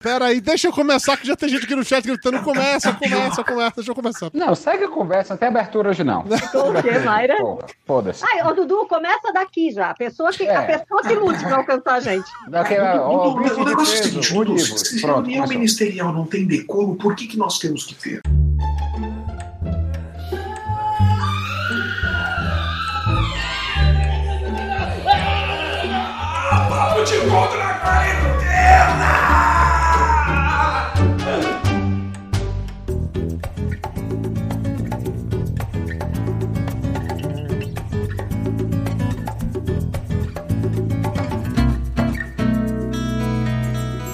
Pera aí, deixa eu começar, que já tem gente aqui no chat gritando: começa, começa, começa, deixa eu começar. Não, segue a conversa, não tem abertura hoje, não. Ficou o quê, Mayra? Porra, Foda-se. Ai, ô Dudu, começa daqui já. A pessoa que, a É. pessoa que lute pra alcançar a gente. Daquela, ó, Dudu, bicho o de negócio é um o peso, seguinte, Dudu, motivos. se se Pronto, reunião começou. ministerial não tem decoro, por que, que nós temos que ter? Papo de volta na quarentena!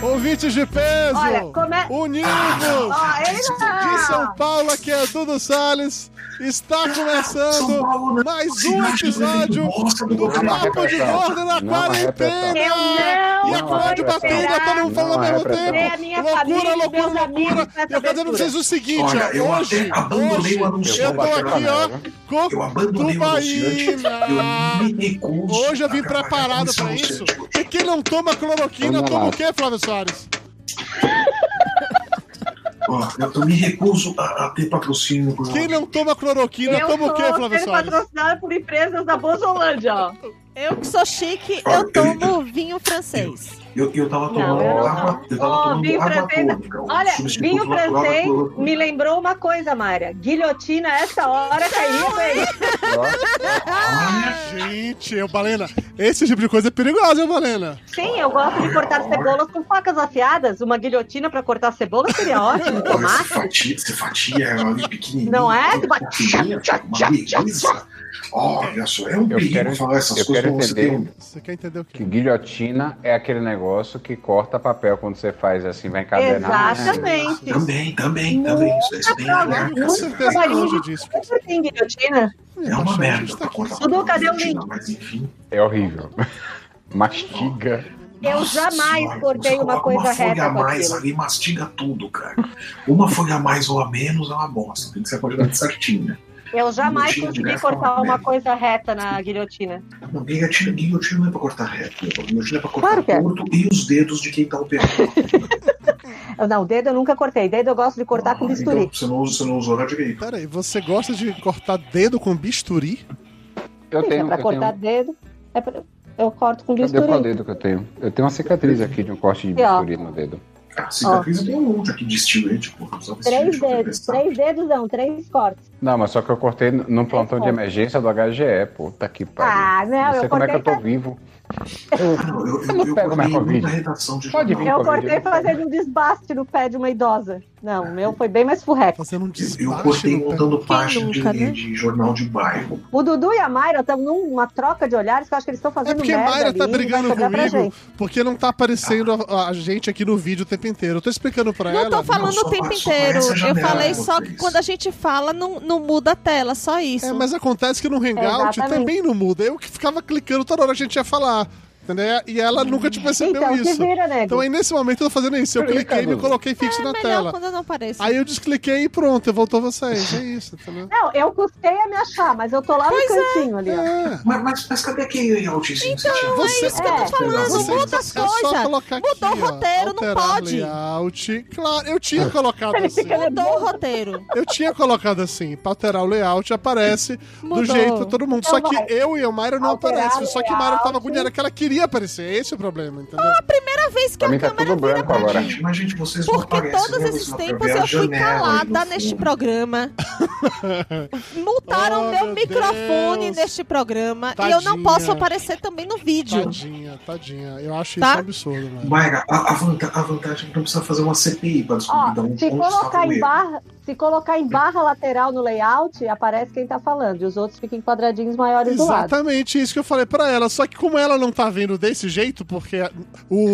Ouvintes de peso! Olha, come- Unidos! Ó, ele De São não. Paulo, aqui é Dudu Salles. Está começando São Paulo não. mais um Cidade do episódio evento bosta do do é governo. Papo de Não, Gordo na não, Quarentena! Eu não E a vou colher de batida, esperar. todo mundo falando ao Não, é mesmo pretensão. É a tempo. minha Loucura, família, loucura, meus amigos loucura. nessa Eu quero dizer pra aventura. vocês o seguinte, Olha, eu ó. até Hoje, abandonei hoje, o anúncio. eu tô Eu vou aqui, bater ó, na mesa. com Eu abandonei o anunciante, eu me Tubaína. recuso Hoje eu vim a trabalhar preparado com esse pra isso. anunciante. E quem não toma cloroquina, Vamos toma lá. o quê, Flávio Soares? Ó, eu, eu me recuso a, a ter patrocínio por Quem não toma cloroquina, Eu toma o quê, tô Flávio sendo Soares? patrocinada por empresas da Bolsolândia, ó. Eu que sou chique, eu tomo vinho francês. Eu, eu tava tomando Não, eu não água, eu tava Ó, tomando vinho água francês- tônica. o Olha, substituto vinho natural da francês cloro- me lembrou uma coisa, Mária. Guilhotina, essa hora caiu bem. Olha, Ah, Gente, eu, Balena, esse tipo de coisa é perigosa, hein, Balena? Sim, eu gosto de cortar cebolas com facas afiadas. Uma guilhotina pra cortar cebola seria ótimo. olha, se Tomate. fatia, se fatia um ela de pequenininha. é? Não é? uma pequenininha, um uma beleza. Olha só, é um Eu perigo quero- falar essas eu coisas quero pra você ter entender. um... Você quer entender o Que quê? guilhotina é aquele negócio que corta papel quando você faz assim, vai encadenar. né? Exatamente. Também, também, também. Isso, é isso tem a Não, marca. Com Muito certeza que trabalhinho. longe disso. Sempre tem guilhotina. É Tá uma Achei, merda. justa- pra cortar Dudu, cadê o guilhotina, link? Mas enfim. É horrível. Mastiga. Eu Nossa jamais senhora, cortei você uma coloca coisa uma folha reta a com mais aquilo. ali, mastiga tudo, cara. Uma folha a mais ou a menos é uma bosta. Tem que ser né? a quantidade certinha. Eu jamais Guilhotina consegui direto, cortar uma uma merda. coisa reta na guilhotina. Não, guilhotina, guilhotina não é pra cortar reto. Guilhotina é pra cortar Claro que é. curto e os dedos de quem tá operando. Eu- Não, dedo eu nunca cortei. Dedo eu gosto de cortar com Ah, bisturi. Então, você, não usa, você não usa o direito. Peraí, você gosta de cortar dedo com bisturi? então Eu Sim, tenho. é pra eu cortar tenho... dedo. é pra- Eu corto com Cadê o bisturi. dedo que eu tenho? Eu tenho uma cicatriz aqui de um corte de Aqui, ó. bisturi no dedo. Ah, cicatriz tem um monte aqui de tipo, estilete, pô. Não sabe Três estilete, eu vou dedos. testar. Três dedos não, três cortes. Não, mas só que eu cortei no- num plantão de emergência do HGE, puta que pariu. Ah, não, Tá não sei eu como é que eu cortei. tô vivo. Ah, não, eu, Eu não eu, eu pego mais cortei Covid. muita redação de Pode jornal. vir. Eu Covid, cortei eu não fazendo um desbaste no pé de uma idosa. Não, o meu foi bem mais furreco. Fazendo um Eu- Eu despacho cortei no pé. montando pasta de, tá nunca, né? de jornal de bairro. O Dudu e a Mayra estão numa troca de olhares que eu acho que eles estão É fazendo porque merda Mayra tá ali, brigando vai sobrar pra comigo gente. porque não tá aparecendo a, a gente aqui no vídeo o tempo inteiro. Eu tô explicando pra Não ela. tô falando só- o tempo só inteiro. essa Eu janela, falei né, só que vocês? quando a gente fala, não, não muda a tela, só isso. É, mas acontece que no Hangout Exatamente. também não muda. Eu que ficava clicando toda hora que a gente ia falar. Entendeu? E ela Uhum. nunca te percebeu Então, se isso. vira, nego. Então aí nesse momento eu tô fazendo isso. Eu Clica, cliquei e me Dudu. coloquei fixo na "É, melhor tela. quando eu não apareço. Aí eu descliquei e pronto, voltou vocês. É isso, entendeu? Não, eu custei a me achar, mas eu tô lá no cantinho ali, ó. É. Mas, mas, mas cadê aquele layoutzinho que você tinha? Você- isso Ah, Então, é que eu tô falando, Você- muda as é só coisas. colocar Mudou aqui, o ó, roteiro, não alterar pode. Layout. Claro, eu tinha colocado assim. Mudou o roteiro. Eu tinha colocado assim. Pra alterar o layout, aparece do Mudou. jeito todo mundo. Só que vai. eu e a Mayra não É Alterar aparecem. Só que a Mayra tava layout. agoniada que ela queria aparecer. Esse é o problema, entendeu? Toda vez que Pra mim a tá câmera tudo vira branco agora. Gente, mas, gente, vocês não Porque aparecem, todos né? esses Você não tempos vê a eu fui janela aí no calada fundo. neste programa. Multaram Oh, meu meu microfone Deus. neste programa e eu não Tadinha. posso aparecer também no vídeo. Tadinha, tadinha. Eu acho isso Tá? um absurdo, mano. Mayra, a, a, vanta- a vantagem é que não precisa fazer uma CPI para descobrir um de Ó, onde, se onde está colocar, o em erro. barra, se colocar em barra lateral no layout, aparece quem tá falando. E os outros ficam em quadradinhos maiores do lado. Exatamente isso que eu falei pra ela. Só que como ela não tá vendo desse jeito, porque o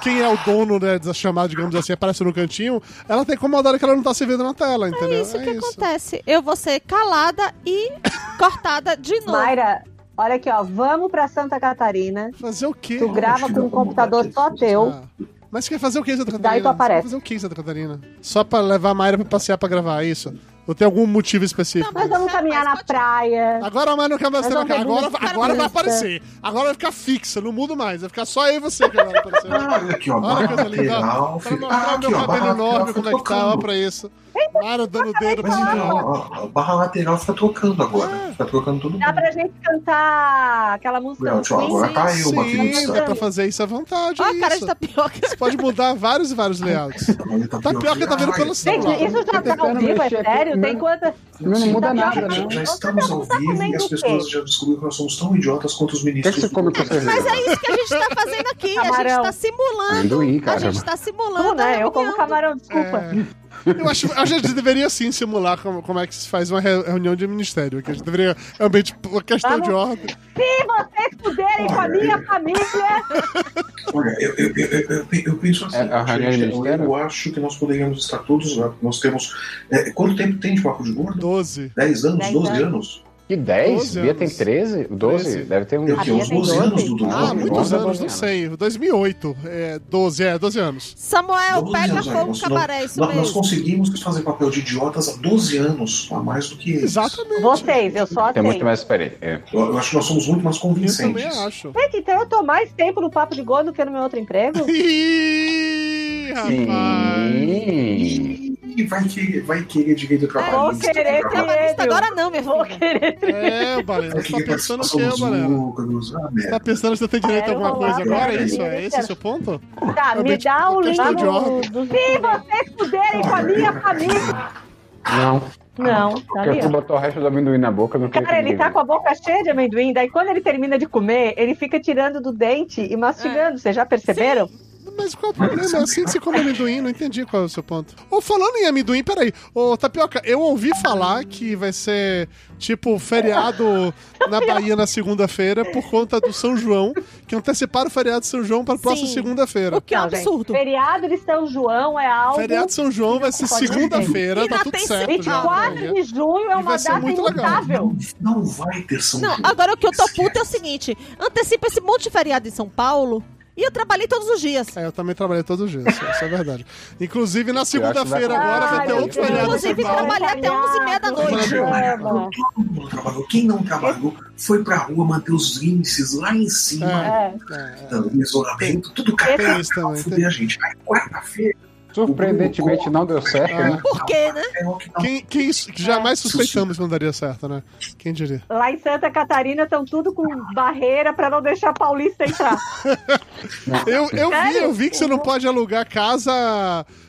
quem é o dono né, dessa chamada, digamos assim, aparece no cantinho, ela tá incomodada que ela não tá se vendo na tela, entendeu? É isso que acontece. Eu vou ser calada e cortada de novo. Mayra, olha aqui, ó. Vamos pra Santa Catarina. Fazer o quê? Tu grava filho, com um vamos computador botar só isso. teu. Ah, Mas você quer fazer o que em Santa Catarina? Daí tu aparece. Você quer fazer o que em Santa Catarina? Só pra levar a Mayra pra passear pra gravar, é isso? Ou tem algum motivo específico? Nós vamos caminhar na praia. Agora mas nunca mais Mas tem uma não cara. tem Agora, muita agora vai lista. aparecer. Agora vai ficar fixa, não mudo mais. Vai ficar só eu e você que vai aparecer. Ah, Olha aqui, ó. Olha que Barra coisa linda. Tá lateral. Pra fica- mostrar Ah, o meu aqui, ó. cabelo Barra enorme, lateral como fica é que tá, olha tocando. pra isso. Mário dando o dedo Mas pra então, lá. ó, ó, barra lateral fica tocando É. agora. Fica tocando todo Dá mundo. pra gente cantar aquela música Olha, do tchau, Queen? agora caiu uma aqui no Sim, dá destaque. pra fazer isso à vontade. Ó é a cara de isso. tapioca. Você pode mudar vários e vários layouts. Olha, Tapioca tá vendo pelo Gente, celular. isso já tá ao tentando vivo, é mexer aqui, sério? Tem né? quantas... Não, não muda Tá nada, bom. não. Já Você estamos tá- ao tá vivo e comendo as o quê? pessoas já descobriram que nós somos tão idiotas quanto os O que, é que ministros. você come com cerveja? Mas é isso que a gente tá fazendo aqui. A gente Camarão. tá simulando. Amendoim, a caramba. gente tá simulando. Tu, a né? Eu como reunião. camarão, desculpa. É. Eu acho a gente deveria sim simular como, como é que se faz uma re- reunião de ministério. Que a gente deveria realmente uma questão Vamos. de ordem. Se vocês puderem com a minha família... Olha, eu, eu, eu, eu- eu- eu penso assim. É, a reunião de gente, ministério? eu acho que nós poderíamos estar todos. né, Nós temos. é, quanto tempo tem de papo de gordo? 12. 10 anos? Dez 12 anos. anos? Que 10? Doze Bia anos. tem 13? 12? Treze. Deve ter um. Eu A tenho Bia uns tem 12 anos, doze. Dudu. Ah, Bom, muitos bom, anos, bom. não sei. 2008. É, 12, é, 12 anos. Samuel, Doze pega anos, aí, fogo nós- cabaré, isso Nós, nós mesmo. conseguimos fazer papel de idiotas há 12 anos, a mais do que eles. Exatamente. Vocês, eu só Tem muito aceito. mais. Peraí. É. Eu, eu acho que nós somos muito mais Eu também é convincentes. acho. Gente, então eu tô mais tempo no Papo de Gordo que no meu outro emprego? Ih, rapaz. Sim. E vai que vai que ele é direito Vou trabalhista. querer Trabalhista Sério? agora não, minha Vou filha. querer... É, o Balena, Vai você tá querer pensando o participação quê, dos Balena? lucros. Ah, Você merda. tá pensando que você tem direito a Quero alguma coisa rolar agora? É minha isso? É vida, esse o seu ponto? Tá, me Realmente, dá o eu link estou de ordem. do... Se vocês puderem com a minha família... Não. Não, tá Porque tu um ali. ó. botou o resto do amendoim na boca, eu não queria Cara, que ele tá ninguém- com a boca cheia de amendoim, daí quando ele termina de comer, ele fica tirando do dente e É. mastigando. Vocês já perceberam? Mas qual é o problema? É assim que se come amendoim, não entendi qual é o seu ponto. Ô, falando em amendoim, peraí. Ô, Tapioca, eu ouvi falar que vai ser, tipo, feriado na Bahia na segunda-feira por conta do São João, que anteciparam o feriado de São João para a próxima Sim. O segunda-feira. que é um Não, gente, absurdo. Feriado de São João é algo. Feriado de São João vai ser Pode segunda-feira, ser. E tá na tudo tem certo. já na 24 Bahia. de junho né? E é vai uma ser data muito legal. imutável. Não vai ter São Não, João. agora o que eu tô puta é o seguinte: antecipa esse monte de feriado em São Paulo e eu trabalhei todos os dias. É, eu também trabalhei todos os dias, isso isso é verdade. Inclusive, na que vai segunda-feira agora vai ter acontecer. outro feriado em São Ah, Inclusive, Paulo. trabalhei até 11h30 da noite. É, Trabalhou, Todo mundo trabalhou. Quem não trabalhou foi pra rua manter os índices lá em cima, É. É, do isolamento, tudo é. Tem cagado. isso também. tem- Fuder a gente. Aí, quarta-feira Surpreendentemente não deu certo, Ah. né? Por quê, né? é o que não. Quem, quem isso- que jamais suspeitamos que não daria certo, né? Quem diria? Lá em Santa Catarina estão tudo com barreira pra não deixar paulista entrar. Eu, eu vi, Sério? eu vi que você não pode alugar casa.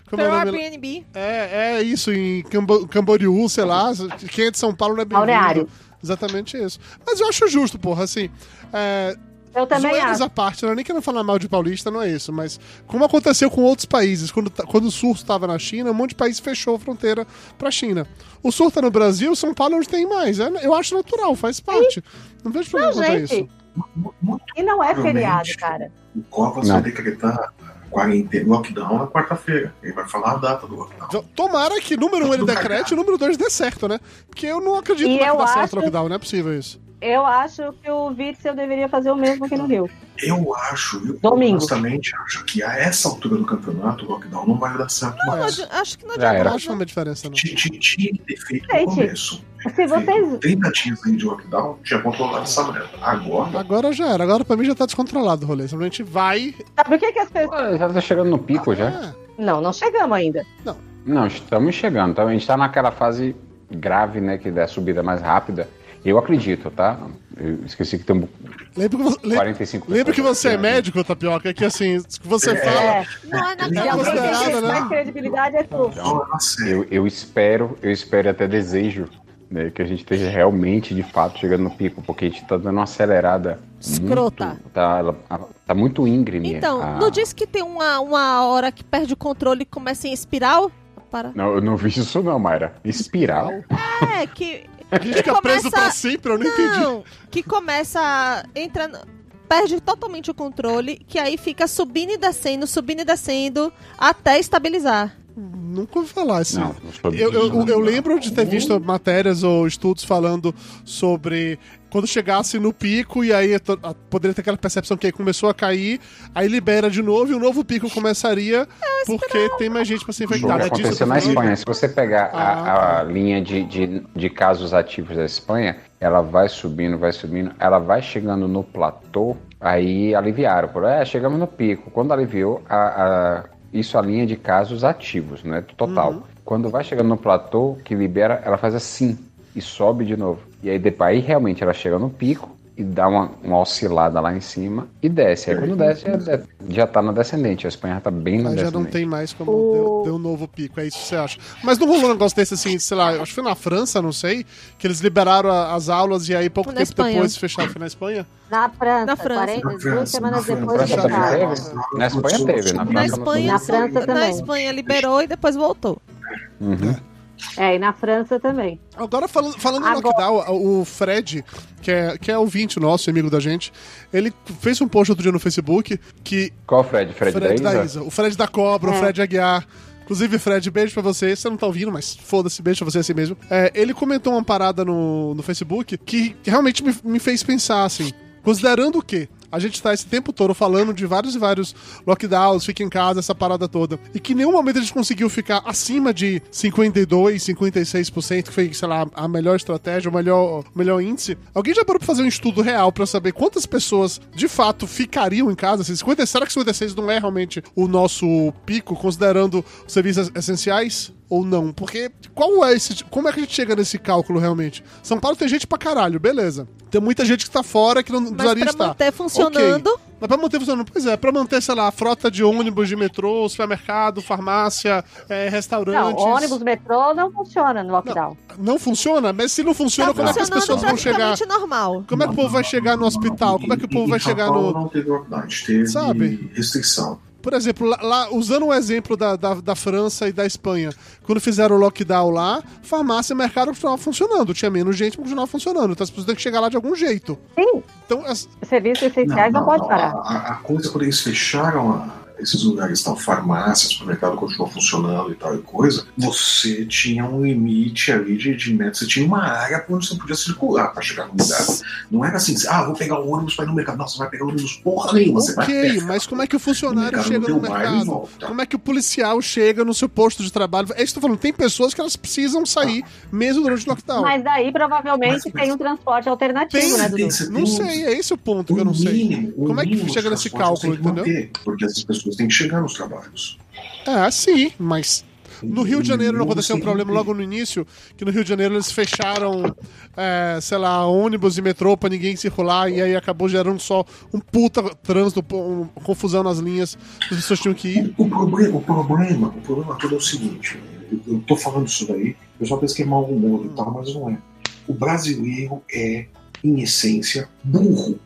Como é, Pelo o nome? lá? Airbnb. é, é isso, em Cambo, Camboriú, sei lá. Quem é de São Paulo não é bem Balneário. Exatamente isso. Mas eu acho justo, porra, assim. É, Eu também zoeiras acho. à parte, não é nem querendo falar mal de paulista, não é isso, mas como aconteceu com outros países, quando, ta- quando o surto estava na China, um monte de país fechou a fronteira pra China. O surto tá no Brasil, São Paulo não tem mais. É- eu acho natural, faz parte. Não vejo problema quanto a gente. isso. Muito E não é Realmente. feriado, cara. o Covas Não. vai decretar quarentena, lockdown na quarta-feira. Ele vai falar a data do lockdown. Então, Tomara que número um ele decrete e o número dois dê certo, né? Porque eu não acredito E mais que eu dá certo acho- o lockdown, não é possível isso. Eu acho que o Witzel deveria fazer o mesmo aqui no Rio. Eu acho, eu Domingo. honestamente acho que a essa altura do campeonato, o lockdown não vai dar certo Não, mais. adi- acho que não Já Eu adianta. era. não não. acho uma diferença, não. Ti- ti- Tinha que ter feito no Gente, começo. Se vocês. 30 dias aí de lockdown, tinha controlado essa merda. Agora, Agora já era, agora pra mim já tá descontrolado o rolê. Simplesmente vai. Sabe o que, que as pessoas. Olha, Já tá chegando no pico já. Ah, Não, não chegamos ainda. Não, estamos chegando. Tá? A gente tá naquela fase grave, né? Que da subida mais rápida. Eu acredito, tá? Eu esqueci que tem um lembra que você, lembra- 45 lembra que pessoas você é aqui, né? médico, Tapioca, que assim, que você É. fala. Não é É naquela Alguém considerado, que né? tem mais credibilidade é tu. agora tá sério. Eu, eu espero, eu espero e até desejo né, que a gente esteja realmente, de fato, chegando no pico, porque a gente tá dando uma acelerada. Escrota. Muito, tá, ela- a- tá muito íngreme. Então, a- não disse que tem uma, uma hora que perde o controle e começa em espiral? Para. Não, eu não vi isso não, Mayra. Espiral. É, que. A gente fica Começa- preso pra sempre, eu não, entendi. Não, que começa. Entra. no- Perde totalmente o controle, que aí fica subindo e descendo, subindo e descendo, até estabilizar. Nunca ouvi falar assim. Não, não soube Eu, eu, disso, não. eu lembro de ter visto matérias ou estudos falando sobre quando chegasse no pico, e aí to- a- poderia ter aquela percepção que aí começou a cair, aí libera de novo e o novo pico começaria, É, porque tem mais gente pra ser O jogo infectada. É disso que eu Ah, aconteceu tô na falando. Espanha. Se você pegar a, a tá. linha de, de, de casos ativos da Espanha, ela vai subindo, vai subindo, ela vai chegando no platô, aí aliviaram. Por, é, chegamos no pico. Quando aliviou, a, a- isso é a linha de casos ativos, né? Total. Uhum. Quando vai chegando no platô, que libera, ela faz assim e sobe de novo. E aí depois aí realmente ela chega no pico. E dá uma, uma oscilada lá em cima e desce. Aí quando desce, já, já tá na descendente. A Espanha já tá bem na Mas já um descendente. não tem mais como O- deu, deu um novo pico, é isso que você acha. Mas não rolou um negócio desse assim, sei lá, eu acho que foi na França, não sei, que eles liberaram a- as aulas e aí pouco Na tempo Espanha. depois fecharam foi na Espanha? Na França, Na França. 40, Na duas França, na semanas França. depois Na França também fecharam. teve? Na Espanha teve, na Na França não Espanha, Na França na também. Espanha liberou e depois voltou. Uhum. É, e na França também. Agora, falando, falando no Agora- lockdown, o o Fred, que é, que é ouvinte nosso, amigo da gente, ele fez um post outro dia no Facebook que Qual o Fred? Fred, Fred da Isa? O Fred da Cobra, o É. Fred Aguiar. Inclusive, Fred, beijo pra você. Você não tá ouvindo, mas foda-se, beijo pra você assim mesmo. É, ele comentou uma parada no, no Facebook que realmente me, me fez pensar, assim. Considerando o quê? A gente tá esse tempo todo falando de vários e vários lockdowns, fica em casa, essa parada toda. E que em nenhum momento a gente conseguiu ficar acima de 52, 56%, que foi, sei lá, a melhor estratégia, o melhor, o melhor índice. Alguém já parou pra fazer um estudo real pra saber quantas pessoas de fato ficariam em casa? Assim, 50, será que 56 não é realmente o nosso pico, considerando os serviços essenciais? Ou não? Porque qual é esse. Como é que a gente chega nesse cálculo realmente? São Paulo tem gente pra caralho, beleza. Tem muita gente que tá fora que não Mas precisaria pra estar. manter funcionando, Ok. Mas pra manter funcionando, pois é, pra manter, sei lá, a frota de ônibus, de metrô, supermercado, farmácia, é, Não, restaurantes. ônibus, metrô não funciona no lockdown. Não funciona? Mas se não funciona, tá como é que as funcionando pessoas vão chegar? praticamente normal. Como é que o povo vai chegar no hospital? Como é que o povo vai chegar São Paulo no. não teve lockdown, a gente teve Sabe? restrição. Por exemplo, lá, lá- usando o exemplo da, da, da França e da Espanha, quando fizeram o lockdown lá, farmácia e mercado continuavam funcionando. Tinha menos gente, mas continuava funcionando. Então as pessoas têm que chegar lá de algum jeito. Sim, Então, as- serviços essenciais não, pode parar. A, a coisa, quando eles fecharam a- esses lugares, tal, farmácia, supermercado continuou funcionando e tal e coisa, você tinha um limite ali de, de metros, você tinha uma área por onde você podia circular para chegar no lugar. Não era assim, ah, vou pegar o ônibus para ir no mercado. Não, você vai pegar o ônibus porra nenhuma, você vai ok, pegar mas como é que o o funcionário mercado chega teu no bairro e mercado? volta. Como é que o policial chega no seu posto de trabalho? É isso que eu tô falando. Tem pessoas que elas precisam sair mesmo durante o lockdown. Mas daí provavelmente Mas- mas- tem um transporte alternativo, Tem- né, Tem- Dudu? você Não tem- sei, é esse o ponto que eu não sei. o Como é que mínimo chega de nesse transporte você cálculo, tem que entendeu? manter, porque essas pessoas têm que chegar nos trabalhos. Ah, sim, mas no Rio de Janeiro não Mínimo aconteceu um você problema tem. logo no início, que no Rio de Janeiro eles fecharam, é, sei lá, ônibus e metrô pra ninguém circular, e aí acabou gerando só um puta trânsito, um- confusão nas linhas, as pessoas tinham que ir. O problema, o problema, o problema todo é o seguinte, eu, eu tô falando isso daí, o pessoal pensa que é mau humor e tal, mas não é. O brasileiro é, em essência, burro.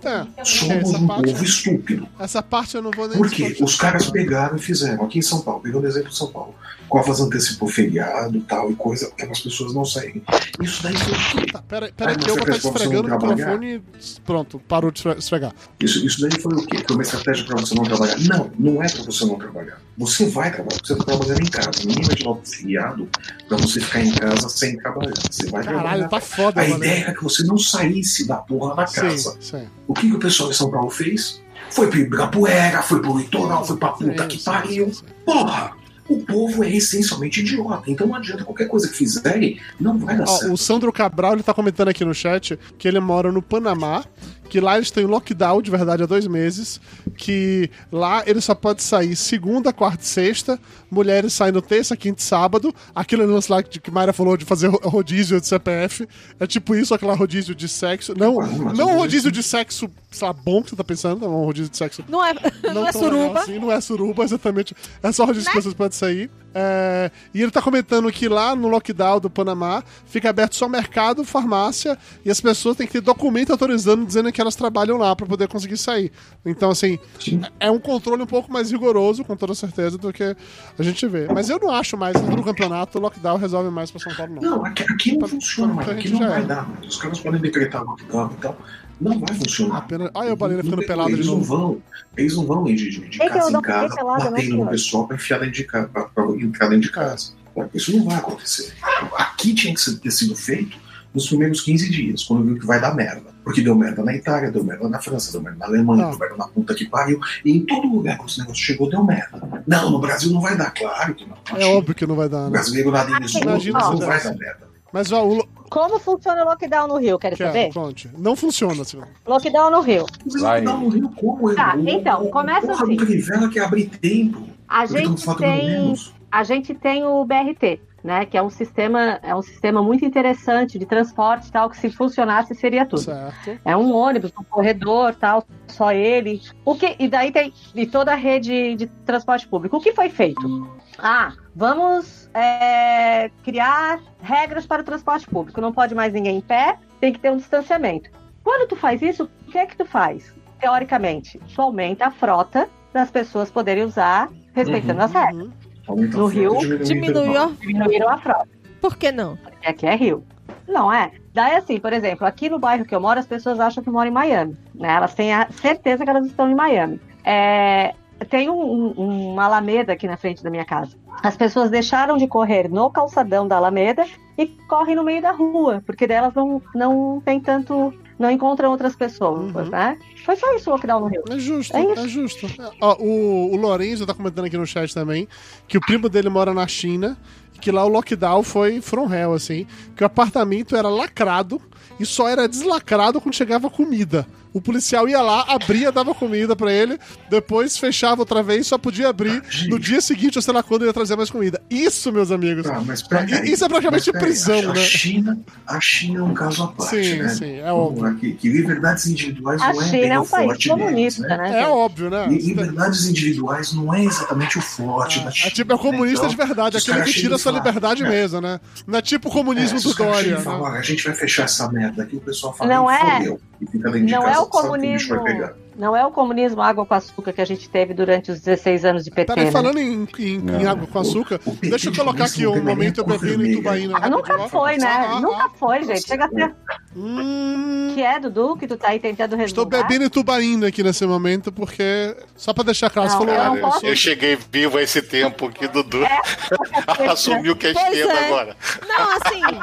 Tá, Somos essa um parte- povo estúpido. essa parte eu não vou nem Porque discutir. os caras pegaram e fizeram, aqui em São Paulo, pegando exemplo de São Paulo, Covas antecipou feriado e tal, e coisa, que as pessoas não saírem. Isso daí foi o quê? Tá, pera, pera aí Aí que eu vou você estar quer que você esfregando o não trabalhar? microfone. e- Pronto, parou de esfre- esfregar. Isso, isso daí foi o quê? Foi uma estratégia para você não trabalhar? Não, não é para você não trabalhar. Você vai trabalhar, porque você tá trabalhando em casa. Ninguém vai te dar um feriado para você ficar em casa sem trabalhar. Você vai Caralho, trabalhar. tá foda, A mano. ideia é era que você não saísse da porra da casa. Sim, sim. O que, que o pessoal de São Paulo fez? Foi pro Ibirapuera, foi pro litoral, É foi pra puta que Sim, pariu. sim, sim. Porra! O povo é essencialmente idiota, então não adianta qualquer coisa que fizerem, não vai dar Ó, Tá certo. o Sandro Cabral, ele tá comentando aqui no chat que ele mora no Panamá, que lá eles têm lockdown, de verdade, há dois meses, que lá ele só pode sair segunda, quarta e sexta, mulheres saindo terça, quinta e sábado, aquele lance lá que que Mayra falou de fazer ro- rodízio de CPF, é tipo isso, aquela rodízio de sexo, não, Ah, mas não eu- rodízio de sexo, sei lá, bom que você tá pensando, não, um rodízio de sexo Não é, não é tão legal suruba. assim, não é suruba, exatamente. É só onde as Né? pessoas podem sair. É, e ele tá comentando que lá no lockdown do Panamá fica aberto só mercado, farmácia e as pessoas têm que ter documento autorizando, dizendo que elas trabalham lá pra poder conseguir sair. Então, assim, Sim. é um controle um pouco mais rigoroso, com toda certeza, do que a gente vê. Mas eu não acho mais, no campeonato, o lockdown resolve mais pra São Paulo, não. Não, aqui, aqui não funciona, mais, aqui não vai dar. mais. Os caras podem decretar lockdown e tal. Não vai funcionar. Apenas... Olha a Balena ficando Eles pelada de não novo. Vão, eles não vão ir de, de É que eu casa não em casa, fiquei pelada, né, batendo no senhor? pessoal para enfiar dentro de casa, É. pra, pra entrar dentro de casa. Isso não vai acontecer. Aqui tinha que ser- ter sido feito nos primeiros 15 dias, quando viu que vai dar merda. Porque deu merda na Itália, deu merda na França, deu merda na Alemanha, Ah. deu merda na puta que pariu. E em todo lugar que esse negócio chegou, deu merda. Não, no Brasil não vai dar, claro que não. É óbvio que não vai dar, O né? brasileiro nada Ah, em esgoto, Imagina não se vai desse. dar merda. Mas ó, o lo- Como funciona o lockdown no Rio, quer Quero, saber? conte. Não funciona, senhor. Lockdown no Rio. Mas Vai. não dá no Rio como? Eu- Tá, então, eu- começa porra, assim. O Crivella quer abrir tempo. A Porque estão gente faturando tem menos. Tá a gente tem o BRT, né? Que é um sistema, é um sistema muito interessante de transporte e tal, que se funcionasse seria tudo. Certo. É um ônibus, um corredor, tal, só ele. O que e daí tem de toda a rede de transporte público. O que foi feito? Ah, vamos é, criar regras para o transporte público. Não pode mais ninguém em pé. Tem que ter um distanciamento. Quando tu faz isso, o que é que tu faz? Teoricamente, tu aumenta a frota das pessoas poderem usar, respeitando Tá as regras. Uhum. Aumenta No a frota, Rio, diminui o Diminuiu. intervalo. a- Diminuíram a frota. Por que não? Porque aqui é Rio. Não é? Daí, assim, por exemplo, aqui no bairro que eu moro, as pessoas acham que moram em Miami. Né? Elas têm a certeza que elas estão em Miami. É, tem um- um- uma alameda aqui na frente da minha casa. As pessoas deixaram de correr no calçadão da alameda e correm no meio da rua, porque daí elas não, não tem tanto. não encontram outras pessoas, Uhum. né? Foi só isso o lockdown no Rio. É justo, É é, isso. justo. Ó, o, o Lorenzo tá comentando aqui no chat também que o primo dele mora na China e que lá o lockdown foi from hell, assim. Que o apartamento era lacrado e só era deslacrado quando chegava comida. O policial ia lá, abria, dava comida pra ele, depois fechava outra vez, só podia abrir. No dia seguinte, ou sei lá quando, ia trazer mais comida. Isso, meus amigos. Tá, mas pega aí. Isso é praticamente Mas pega aí, prisão, né? a, A China, a China é um caso à parte, Sim, né? sim, é Vamos óbvio. lá, Que, que liberdades individuais não A é bem China é um o forte país comunista, deles, né? É gente? óbvio, né? E liberdades individuais não é exatamente o forte da É China. né? tipo, é o comunista de verdade, então, os aquele que caras chegam tira e sua falam, liberdade né? mesmo, né? Não é tipo o comunismo se do os caras Dória. chegam né? e falam, "Ah, a gente vai fechar essa merda aqui, o pessoal fala, Não "Ih, é- fodeu. E fica dentro de não casa, é o sabe que bicho vai comunismo. pegar. Não é o comunismo água com açúcar que a gente teve durante os 16 anos de Tá, PT. Peraí, né? falando em, em- em Não. água com açúcar, O PT deixa eu de colocar comunismo aqui um não tem mais nem momento eu cor bebendo em vermelha. Tubaína. Ah, nunca foi, né? Ah, Nunca ah, foi, gente. Chega a ser hum, que é, Dudu, que tu tá aí tentando resolver. estou bebendo em Tubaína aqui nesse momento, porque. Só pra deixar claro, você Não, falou eu água não com posso. Eu açúcar. cheguei vivo a esse tempo que Dudu assumiu que é É, Pois esquerda é. agora. Não, assim.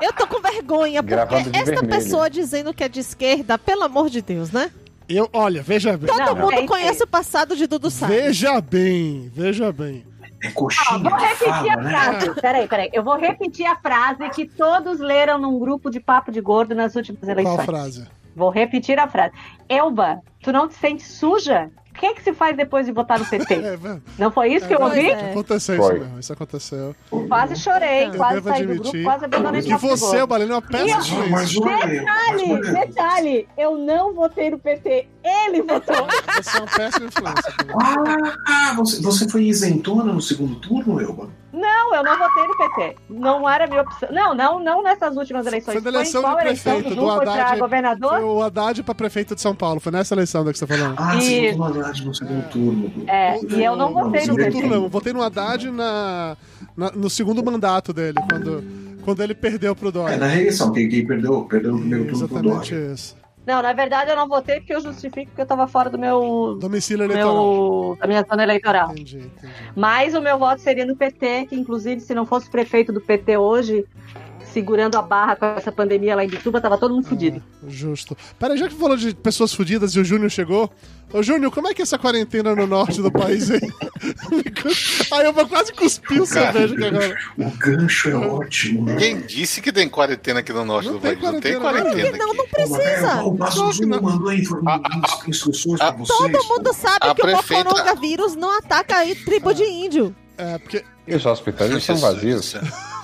eu tô com vergonha, porque Gravando de esta vermelho. pessoa dizendo que é de esquerda, pelo amor de Deus, né? Eu, olha, veja bem. Todo Não, mundo é, conhece é. o passado de Dudu Salles. Veja bem, veja bem. É Ó, coxinha, Ah, vou que repetir fala, a né? frase. Peraí, peraí. Eu vou repetir a frase que todos leram num grupo de papo de gordo nas últimas eleições. Qual frase? Vou repetir a frase. Elba, tu não te sente suja? O que, que se faz depois de votar no PT? É, velho, Não foi isso que eu Pois ouvi? é. aconteceu Foi. isso mesmo, isso aconteceu. Quase chorei, Eu quase devo saí do admitir grupo, quase abandonei o E papo de você, gordo. Balina, é uma péssima Mas, mas juíza. olha, mas Detalhe, olha, detalhe, eu não votei no PT, ele votou. Você é uma péssima influência. Balina. Ah, você, você foi isentona no segundo turno, Elba? Não, eu não votei no PT. Não era a minha opção. Não, não, não nessas últimas eleições. Foi na eleição em qual de eleição prefeito, Dudu do foi Haddad. pra governador? Foi o Haddad pra prefeito de São Paulo, foi nessa eleição da que você tá falando. Ah, E- segundo Haddad no segundo É. turno. É, Ou- e eu não ou- votei no no segundo PT. turno, não. Eu votei no Haddad na, na- no segundo mandato dele, quando, quando ele perdeu pro É Dória. na reeleição, quem, quem perdeu, perdeu o primeiro turno pro Exatamente Dória. isso. Não, na verdade eu não votei porque eu justifico que eu tava fora do meu. Domicílio eleitoral. meu da minha zona eleitoral. Entendi, entendi. Mas o meu voto seria no PT, que inclusive se não fosse o prefeito do PT hoje, segurando a barra com essa pandemia lá em Bituba, tava todo mundo fudido. É, justo. Peraí, já que falou de pessoas fodidas e o Júnior chegou. Ô, Júnior, como é que é essa quarentena no norte do país aí? aí eu vou quase cuspir o cerveja aqui agora. O gancho é ótimo, né? Quem disse que tem quarentena aqui no norte Não do tem país? Não tem quarentena, quarentena. né? Não, aqui. não precisa. é, O Passo Não, não. mandou info- Ah, umas instruções pra vocês. Todo mundo sabe A que prefeita- o coronavírus não ataca aí tribo de índio. É, porque né? E os hospitais não são Jesus vazios? do céu.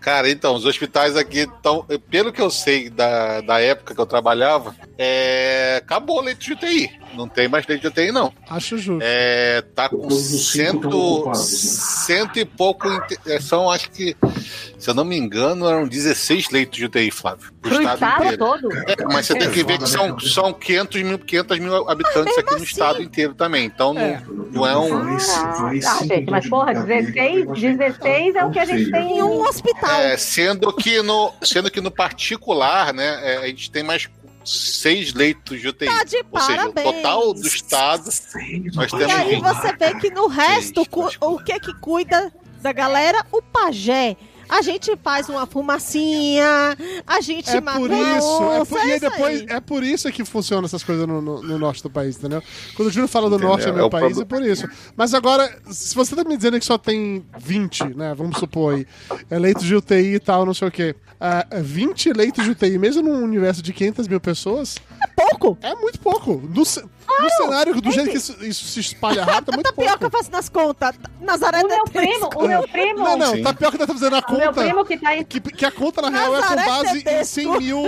Cara, então, os hospitais aqui estão. Pelo que eu sei da, da época que eu trabalhava, é, acabou o leito de UTI. Não tem mais leito de UTI, não. acho justo. É, tá com Todos os cinco estão cento, ocupados, né? cento e pouco. inte- é, São, acho que, se eu não me engano, eram 16 leitos de UTI, Flávio. Pro Pro estado estado inteiro. todo? É, mas você tem que foda, ver que né, são, cara? são 500, mil, 500 mil habitantes aqui no estado inteiro também. Então, não- É. não é um. Ah, gente, mas porra, 16, 16 é o que a gente tem em Em um um hospital. É, sendo que no, sendo que no particular, né, é, a gente tem mais seis leitos de UTI. Tá de Ou seja, o parabéns. total do estado. Nós E temos um aí gente. você vê que no resto, Três, cu- pode o que é que cuida da galera? O pajé, A gente faz uma fumacinha, a gente É mata por uma isso, é onça, por, e aí isso aí. depois, é por isso que funcionam essas coisas no, no- no norte do país, entendeu? Quando o Júnior fala do Entendeu? norte é meu É o país, produ- é por isso. Mas agora, se você tá me dizendo que só tem 20, né? Vamos supor aí, eleitos de UTI e tal, não sei o quê. Ah, 20 eleitos de UTI, mesmo num universo de 500 mil pessoas, Pouco. é muito pouco. No, ce- no cenário, do jeito que isso, isso se espalha rápido, é muito Tapioca eu pouco. faço nas contas. Nazaré O meu primo, Tedesco. o meu primo, Não, não, Sim. tapioca tá fazendo a o meu conta. primo que tá em Que, que a conta, na real, é com Nazaré base em Tedesco. 100 mil.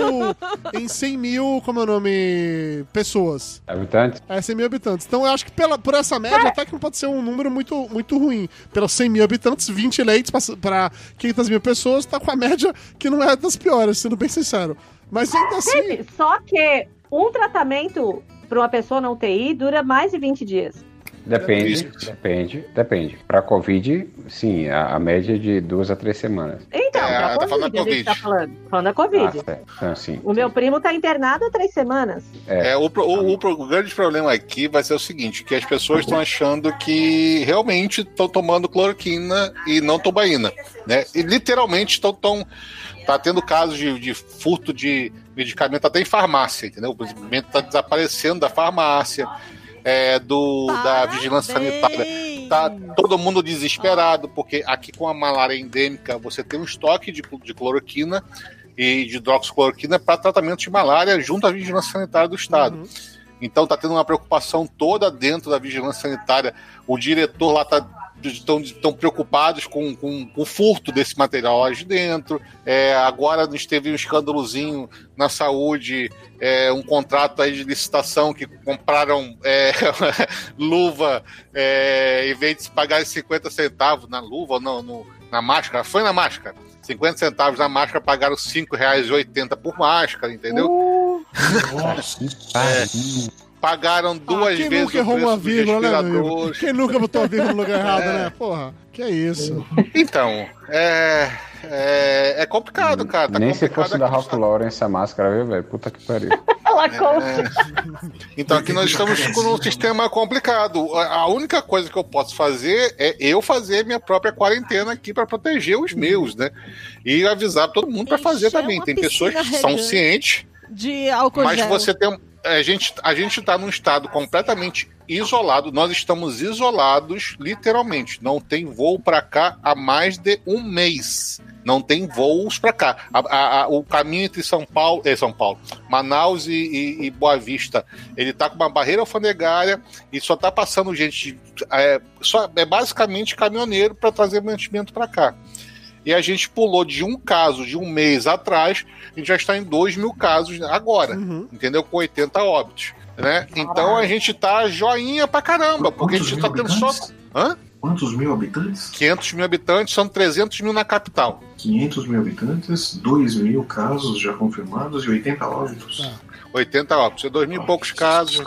Em 100 mil, como é o nome? Pessoas. Habitantes? É 100 mil habitantes. Então eu acho que pela, por essa média, até que não pode ser um número muito, muito ruim. Pelos 100 mil habitantes, 20 eleitos pra- pra 500 mil pessoas, tá com a média que não é das piores, sendo bem sincero. Mas ainda assim. Gente, Só que um tratamento para uma pessoa na UTI dura mais de 20 dias. Depende, Isso. depende, depende. Pra Covid, sim, a, a média é de duas a três semanas. Então, É, pra tá falando COVID, da a gente Covid. tá falando. Falando da Covid. Ah, certo. Então, sim. O meu primo tá internado há três semanas. É, o, pro- o- o pro- o grande problema aqui vai ser o seguinte: que as pessoas estão achando que realmente estão tomando cloroquina e não tombaína. Né? E literalmente estão tão, tá tendo casos de, de furto de medicamento até em farmácia, entendeu? O medicamento está desaparecendo da farmácia, é, do, da vigilância sanitária. Parabéns. Tá todo mundo desesperado, porque aqui com a malária endêmica você tem um estoque de, cl- de cloroquina e de hidroxicloroquina para tratamento de malária junto à vigilância sanitária do Estado. Uhum. Então tá tendo uma preocupação toda dentro da vigilância sanitária. O diretor lá tá estão tão preocupados com, com, com o furto desse material lá de dentro. É, agora nos teve um escândalozinho na saúde, é, um contrato aí de licitação que compraram é, luva é, em vez de se pagar 50 centavos na luva, não, no, na máscara, foi na máscara. 50 centavos na máscara, pagaram R$ 5,80 por máscara, entendeu? É, Pagaram duas Ah, quem vezes nunca o errou preço uma dos vírgula, né, amigo? respiradores. Quem nunca botou a vírgula no lugar errado, né? Porra, que é isso. Então, é, é, é complicado, cara. Tá Hum, Nem se complicado fosse da aqui. Ralph Lauren essa máscara, viu, velho? Puta que pariu. Ela conta. Então aqui nós estamos com um sistema complicado. A a única coisa que eu posso fazer é eu fazer minha própria quarentena aqui para proteger Hum. os meus, né? E avisar todo mundo para fazer é Encher também. uma Tem pessoas que piscina são regante. cientes, De álcool mas gel. você tem um, a gente a gente está num estado completamente isolado. Nós estamos isolados, literalmente. Não tem voo para cá há mais de um mês. Não tem voos para cá. A- a- a- o caminho entre São Paulo, é São Paulo, Manaus e, e- e Boa Vista, ele tá com uma barreira alfandegária e só tá passando gente. de- É, só, é basicamente caminhoneiro para trazer mantimento para cá. E a gente pulou de um caso de um mês atrás, a gente já está em dois mil casos agora Uhum. entendeu? Com 80 óbitos, né? Então a gente tá joinha pra caramba, porque a gente tá tendo só Hã? Quantos mil habitantes? 500 mil habitantes, são 300 mil na capital. 500 mil habitantes, 2 mil casos já confirmados e 80 óbitos. Ah. 80 óbitos, é dois mil e poucos casos.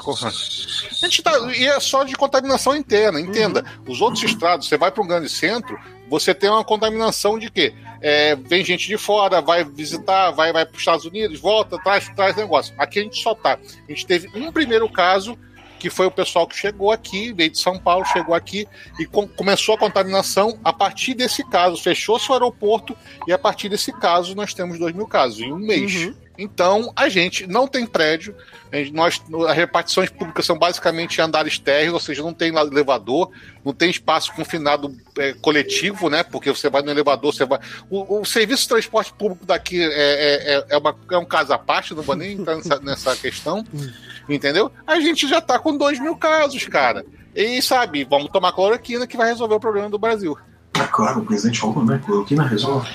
A gente tá, e é só de contaminação interna, entenda. Os outros estrados, você vai para um grande centro, você tem uma contaminação de quê? É, vem gente de fora, vai visitar, vai, vai para os Estados Unidos, volta, traz, traz negócio. Aqui a gente só tá. A gente teve um primeiro caso, que foi o pessoal que chegou aqui, veio de São Paulo, chegou aqui e com- começou a contaminação a partir desse caso. Fechou-se o aeroporto e a partir desse caso nós temos dois mil casos em um mês. Uhum. Então, a gente não tem prédio, a gente- nós, as repartições públicas são basicamente andares térreos, ou seja, não tem la- elevador, não tem espaço confinado é, coletivo, né? Porque você vai no elevador, você vai. O, o serviço de transporte público daqui é, é, é- é uma- é um caso à parte, não vou nem entrar nessa, nessa questão, entendeu? A gente já tá com dois mil casos, cara. E sabe, vamos tomar cloroquina que vai resolver o problema do Brasil. Ah, claro, o presidente falou, né? Cloroquina resolve.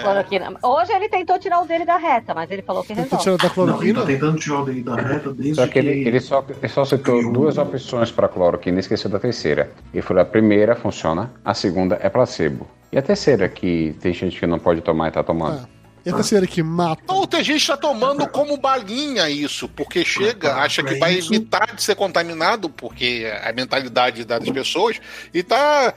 Cloroquina. Hoje ele tentou tirar o dele da reta, mas ele falou que Tentou resolve. tirar da Não, ele cloroquina? tá tentando tirar o DI da reta desde Só que ele, que- ele só, ele só citou um duas opções para cloroquina e esqueceu da terceira. Ele falou: a primeira funciona, a segunda é placebo. E a terceira, que tem gente que não pode tomar e tá tomando. Ah. E a terceira que mata. Ou tem gente que tá tomando como balinha isso, porque chega, acha que vai evitar de ser contaminado, porque é a mentalidade das pessoas, e tá,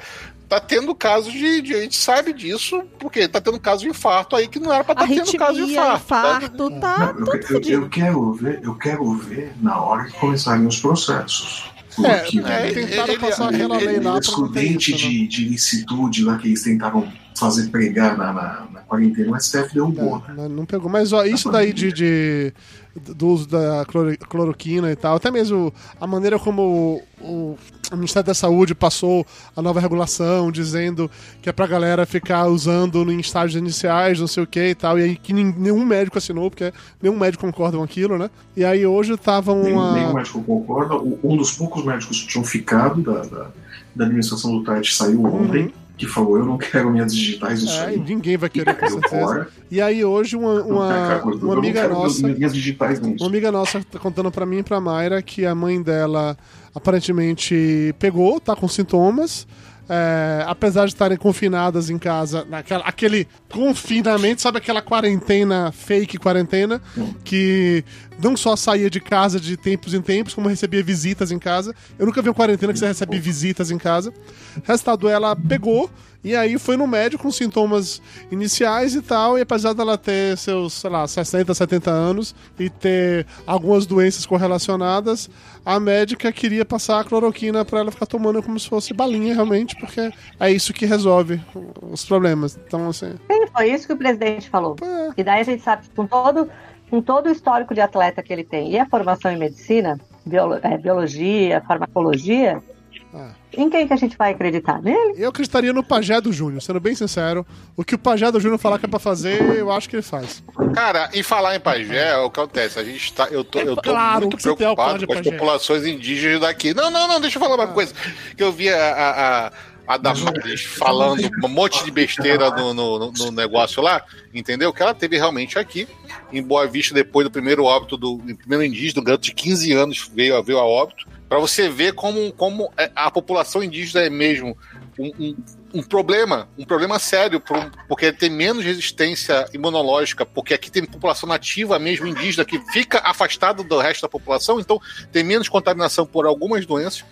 tá tendo casos de, de- A gente sabe disso, porque tá tendo caso de infarto aí que não era pra tá tendo caso de Arritmia, infarto. tá? infarto, tá Não, eu, tudo eu- fodido. eu quero ver, eu quero ver na hora que começarem os processos. É, Porque é, ele- tentaram ele- é, passar aquela lei lá pra não ter excludente isso, né? de, de licitude lá que eles tentaram fazer pregar na, na, na quarentena, mas deve É. derrubou, né? Não, não pegou. Mas ó, isso daí de, de- do uso da cloro- cloroquina e tal, até mesmo a maneira como o, o Ministério da Saúde passou a nova regulação, dizendo que é pra galera ficar usando em estágios iniciais, não sei o que e tal, e aí que nin- nenhum médico assinou, porque nenhum médico concorda com aquilo, né? E aí hoje tava Nenhum, nenhum uma. médico concorda. O- Um dos poucos médicos que tinham ficado da, da, da administração do Tite saiu ontem, que falou: Eu não quero minhas digitais, isso Uhum. É, e aí. ninguém vai querer, com Caiu certeza. fora. E aí hoje uma, Não quero aquela uma, coisa toda, uma eu não amiga quero nossa. Minhas digitais não. Uma amiga nossa tá contando pra mim e pra Mayra que a mãe dela aparentemente pegou, tá com sintomas. É, apesar de estarem confinadas em casa, naquela, aquele confinamento, sabe aquela quarentena, fake quarentena, que não só saía de casa de tempos em tempos, como recebia visitas em casa. Eu nunca vi uma quarentena que você recebe visitas em casa. Resultado, ela pegou e aí foi no médico com sintomas iniciais e tal. E apesar dela ter seus, sei lá, 60, 70 anos e ter algumas doenças correlacionadas, a médica queria passar a cloroquina pra ela ficar tomando como se fosse balinha realmente, porque é isso que resolve os problemas. Então, assim, Sim, foi isso que o presidente falou. E daí a gente sabe que com todo, com todo o histórico de atleta que ele tem e a formação em medicina, biolo- eh, biologia, farmacologia, Ah. em quem que a gente vai acreditar? né? Nele? eu acreditaria no pajé do Júnior, sendo bem sincero. O que o pajé do Júnior falar que é pra fazer, eu acho que ele faz. Cara, e falar em pajé é o que acontece. A gente tá, eu tô, eu tô É, Claro, muito que você tem alcunha preocupado de com as pajé. Ah. populações indígenas daqui. Não, não, não, deixa eu falar uma coisa. Que eu vi a, a, a, a Damares falando um monte de besteira no, no, no- no negócio lá, entendeu? Que ela teve realmente aqui, em Boa Vista, depois do primeiro óbito do, do primeiro indígena, um garoto de 15 anos veio, a- veio a óbito, para você ver como, como é- a população indígena é mesmo um- um, um problema, um problema sério, por um- porque tem menos resistência imunológica, porque aqui tem população nativa, mesmo indígena, que fica afastada do resto da população, então tem menos contaminação por algumas doenças.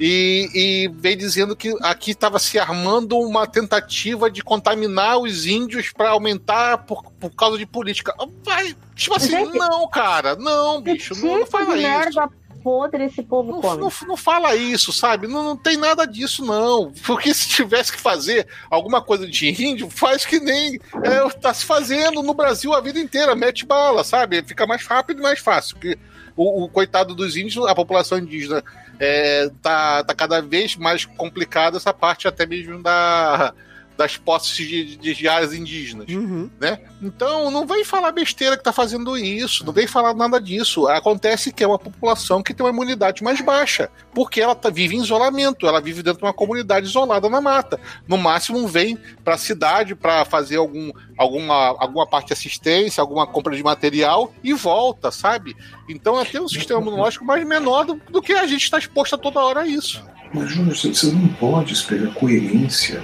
E, e vem dizendo que aqui estava se armando uma tentativa de contaminar os índios para aumentar por, por causa de política. Vai, tipo assim, Gente, não, cara, não, Que bicho, não, não tipo de fala isso. merda podre esse povo Não, come? não, não fala isso, sabe? Não, não tem nada disso, não. Porque se tivesse que fazer alguma coisa de índio, faz que nem é, tá se fazendo no Brasil a vida inteira, mete bala, sabe? Fica mais rápido e mais fácil. Porque o, o coitado dos índios, a população indígena, é, tá, tá cada vez mais complicada essa parte até mesmo da, das posses de, de, de áreas indígenas Uhum. né? Então, não vem falar besteira que tá fazendo isso, não vem falar nada disso. Acontece que é uma população que tem uma imunidade mais baixa, porque ela tá- vive em isolamento, ela vive dentro de uma comunidade isolada na mata. No máximo, vem pra cidade pra fazer algum, alguma, alguma parte de assistência, alguma compra de material e volta, sabe? Então, ela tem um sistema imunológico mais menor do, do que a gente está exposto a toda hora a isso. Mas, Júnior, você, você não pode esperar coerência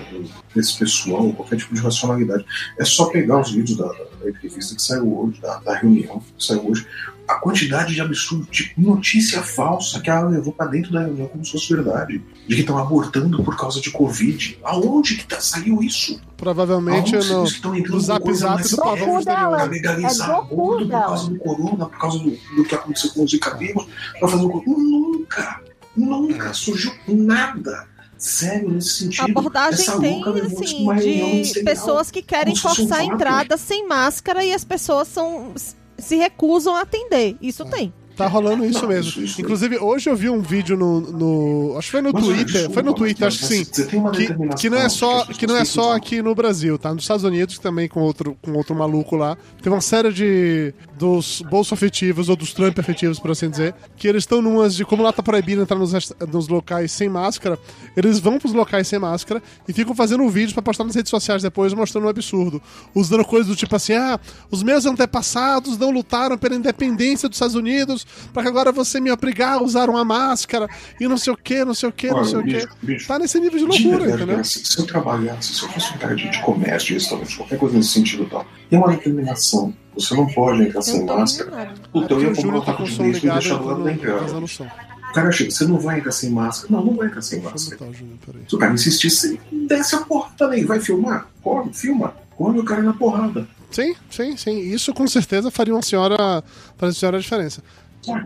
desse pessoal, qualquer tipo de racionalidade. É só pegar os vídeos da, da entrevista que saiu hoje, da, da reunião que saiu hoje, a quantidade de absurdo, de notícia falsa que ela levou pra dentro da reunião como se fosse verdade. De que estão abortando por causa de Covid. Aonde que tá, saiu isso? Provavelmente Aonde no, vocês estão entrando no com zap coisa zap mais do pavão de Procura Daniel. pra ela. legalizar É a aborto por loucura. causa do corona, por causa do, do que aconteceu com os Zicabegos, pra fazer o corona. Nunca, nunca É. surgiu nada sério nesse A sentido. abordagem Essa tem, louca levou isso assim, numa reunião de ministerial. pessoas que querem Como se fosse um forçar a fato. entrada sem máscara e as pessoas são, se recusam a atender. Isso Ah. tem. Tá rolando isso Não, mesmo. isso- isso- Inclusive, hoje eu vi um vídeo no. no- acho que foi no Mas, Twitter. desculpa, foi no Twitter, mas acho que sim. Você tem uma Que, determinação que não é só, as pessoas que não é têm só aqui no Brasil, tá? Nos Estados Unidos também com outro, com outro maluco lá. Tem uma série de dos bolso afetivos ou dos Trump afetivos, por assim dizer, que eles estão numas de como lá tá proibido entrar nos, resta- nos locais sem máscara, eles vão pros locais sem máscara e ficam fazendo um vídeo pra postar nas redes sociais depois mostrando um absurdo, usando coisas do tipo assim: "Ah, os meus antepassados não lutaram pela independência dos Estados Unidos, pra que agora você me obrigar a usar uma máscara e não sei o que, não sei o que, não Olha, sei o que". bicho, bicho. Tá nesse nível de De loucura, verdade, entendeu? cara, se, se eu trabalhasse, se eu fosse um cara de, de comércio, de restaurante, qualquer coisa nesse sentido e tal, tem uma determinação. Você não pode entrar Eu sem não tô máscara. vendo nada. Então Aqui eu o ia comprar Júnior um tá com taco o de som leite e ligado, deixar eu do tô lado no- da entrada. vazando o som. Deixa O cara chega, você não vai entrar sem máscara. Não, não vai entrar sem eu máscara. mutar o Júnior, peraí. Se o cara insistir, você desce a porra também. Vai filmar? Corre, filma. Corre o cara na porrada. Sim, sim, sim. Isso com certeza faria uma senhora, faria uma senhora a diferença.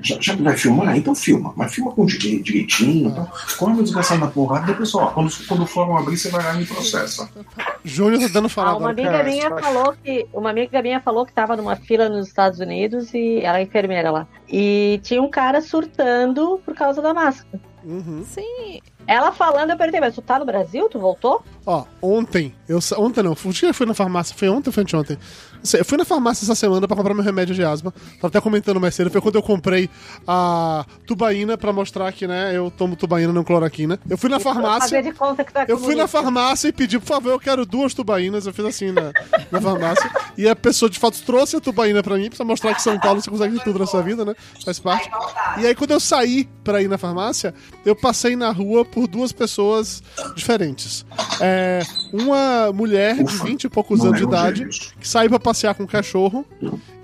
Já, já que vai filmar, então filma. Mas filma com direi- direitinho. Então, come o desgraçado na porrada, depois, ó, quando, quando o fórum abrir, você vai lá e me processa. Júnior tá dando Ah, falado. uma amiga minha falou que uma amiga minha falou que tava numa fila nos Estados Unidos e ela é enfermeira lá. E tinha um cara surtando por causa da máscara. Uhum. Sim. Ela falando, eu perguntei, mas tu tá no Brasil? Tu voltou? Ó, ontem, eu sa- ontem não, fui- o dia que eu fui na farmácia, foi ontem ou foi anteontem? Não sei, eu fui na farmácia essa semana pra comprar meu remédio de asma. Tava até comentando mais cedo, foi quando eu comprei a tubaína pra mostrar que, né, eu tomo tubaína, não cloroquina. Eu fui na farmácia, Fazer de conta que tu é eu fui na comunista. farmácia e pedi, por favor, eu quero duas tubaínas. Eu fiz assim na, na farmácia. E a pessoa, de fato, trouxe a tubaína pra mim, pra mostrar que São Paulo você consegue de tudo na sua vida, né? Faz parte. E aí, quando eu saí pra ir na farmácia, eu passei na rua por duas pessoas diferentes. É, uma mulher de Ufa, 20 e poucos Não é anos de lembro idade, disso. que saiu pra passear com um cachorro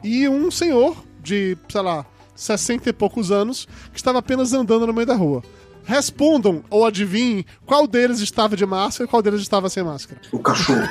e um senhor de, sei lá, 60 e poucos anos que estava apenas andando no meio da rua. Respondam ou adivinhem qual deles estava de máscara e qual deles estava sem máscara. O cachorro.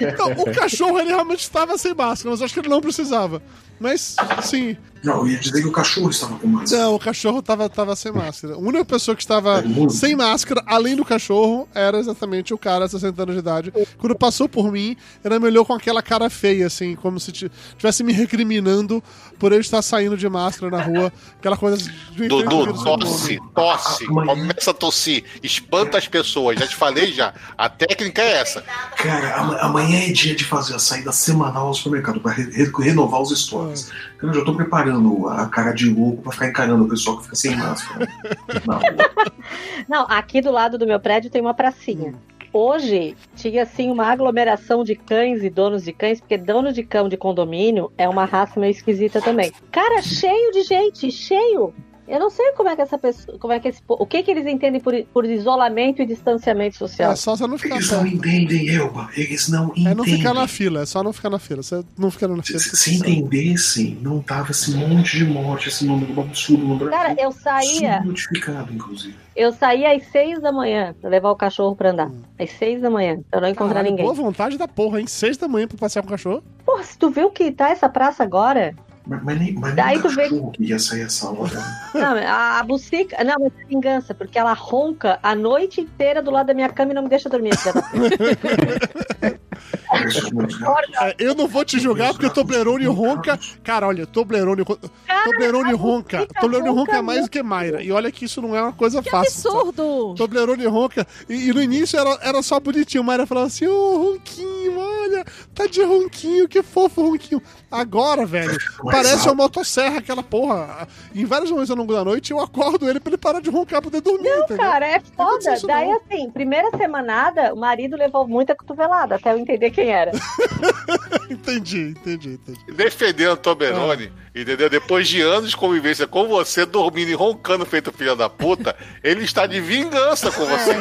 Então, o cachorro ele realmente estava sem máscara, mas eu acho que ele não precisava. Mas, sim, Não, eu ia dizer que o cachorro estava com mais. não, o cachorro estava tava sem máscara. A única pessoa que estava sem máscara, além do cachorro, era exatamente o cara de 60 anos de idade. Quando passou por mim, ele me olhou com aquela cara feia, assim, como se estivesse me recriminando por eu estar saindo de máscara na rua. Aquela coisa do Dudu, do tosse, tosse, Amanhã. começa a tossir, espanta as pessoas, já te falei já. A técnica é essa. Cara, ama- amanhã é dia de fazer a saída semanal ao supermercado para renovar os É. estoques. Cara, eu já tô preparando a cara de louco pra ficar encarando o pessoal que fica sem máscara. Na Tá rua. Não, aqui do lado do meu prédio tem uma pracinha. Hum. Hoje tinha assim uma aglomeração de cães e donos de cães, porque dono de cão de condomínio é uma raça meio esquisita também. Cara, cheio de gente, cheio. Eu não sei como é que essa pessoa, como é que esse, po- o que que eles entendem por, por isolamento e distanciamento social. É só você não ficar Eles perto. não entendem, Elba. Eles não entendem. É não ficar na fila, é só não ficar na fila. Você não fica na Se, fila. se- se entendessem, não tava esse monte de morte, esse número absurdo no Brasil. Cara, eu saía, Subnotificado, inclusive. eu saía às seis da manhã pra levar o cachorro pra andar. Às seis da manhã, pra não Hum. encontrar Caralho, ninguém. Boa vontade da porra, hein? Seis da manhã pra passear com o cachorro. Porra, se tu viu que tá essa praça agora, Mas, mas nem, mas Daí nem tu vê cachorro que ia sair essa hora. Não, a, a bucica. Não, mas é vingança, porque ela ronca a noite inteira do lado da minha cama e não me deixa dormir. filha da puta. É, eu não vou te julgar porque o Toblerone ronca. Cara, olha, Toblerone. Toblerone ronca. buceta Toblerone ronca ronca é mais do que Mayra. E olha que isso não é uma coisa Que fácil. sabe? absurdo! Toblerone ronca. E, e no início era, era só bonitinho. Mayra falava assim: ô, ronquinho, olha. Tá de ronquinho, que fofo ronquinho. Agora, velho, parece uma motosserra aquela porra. Em vários momentos ao longo da noite eu acordo ele pra ele parar de roncar pra poder dormir, entendeu? Cara, é aconteceu foda. isso Daí, não. assim, primeira semanada, o marido levou muita cotovelada, até eu entender quem era. Entendi, entendi, entendi. Defendendo Toberoni, entendeu? Depois de anos de convivência com você, dormindo e roncando feito filho da puta, ele está de vingança com você.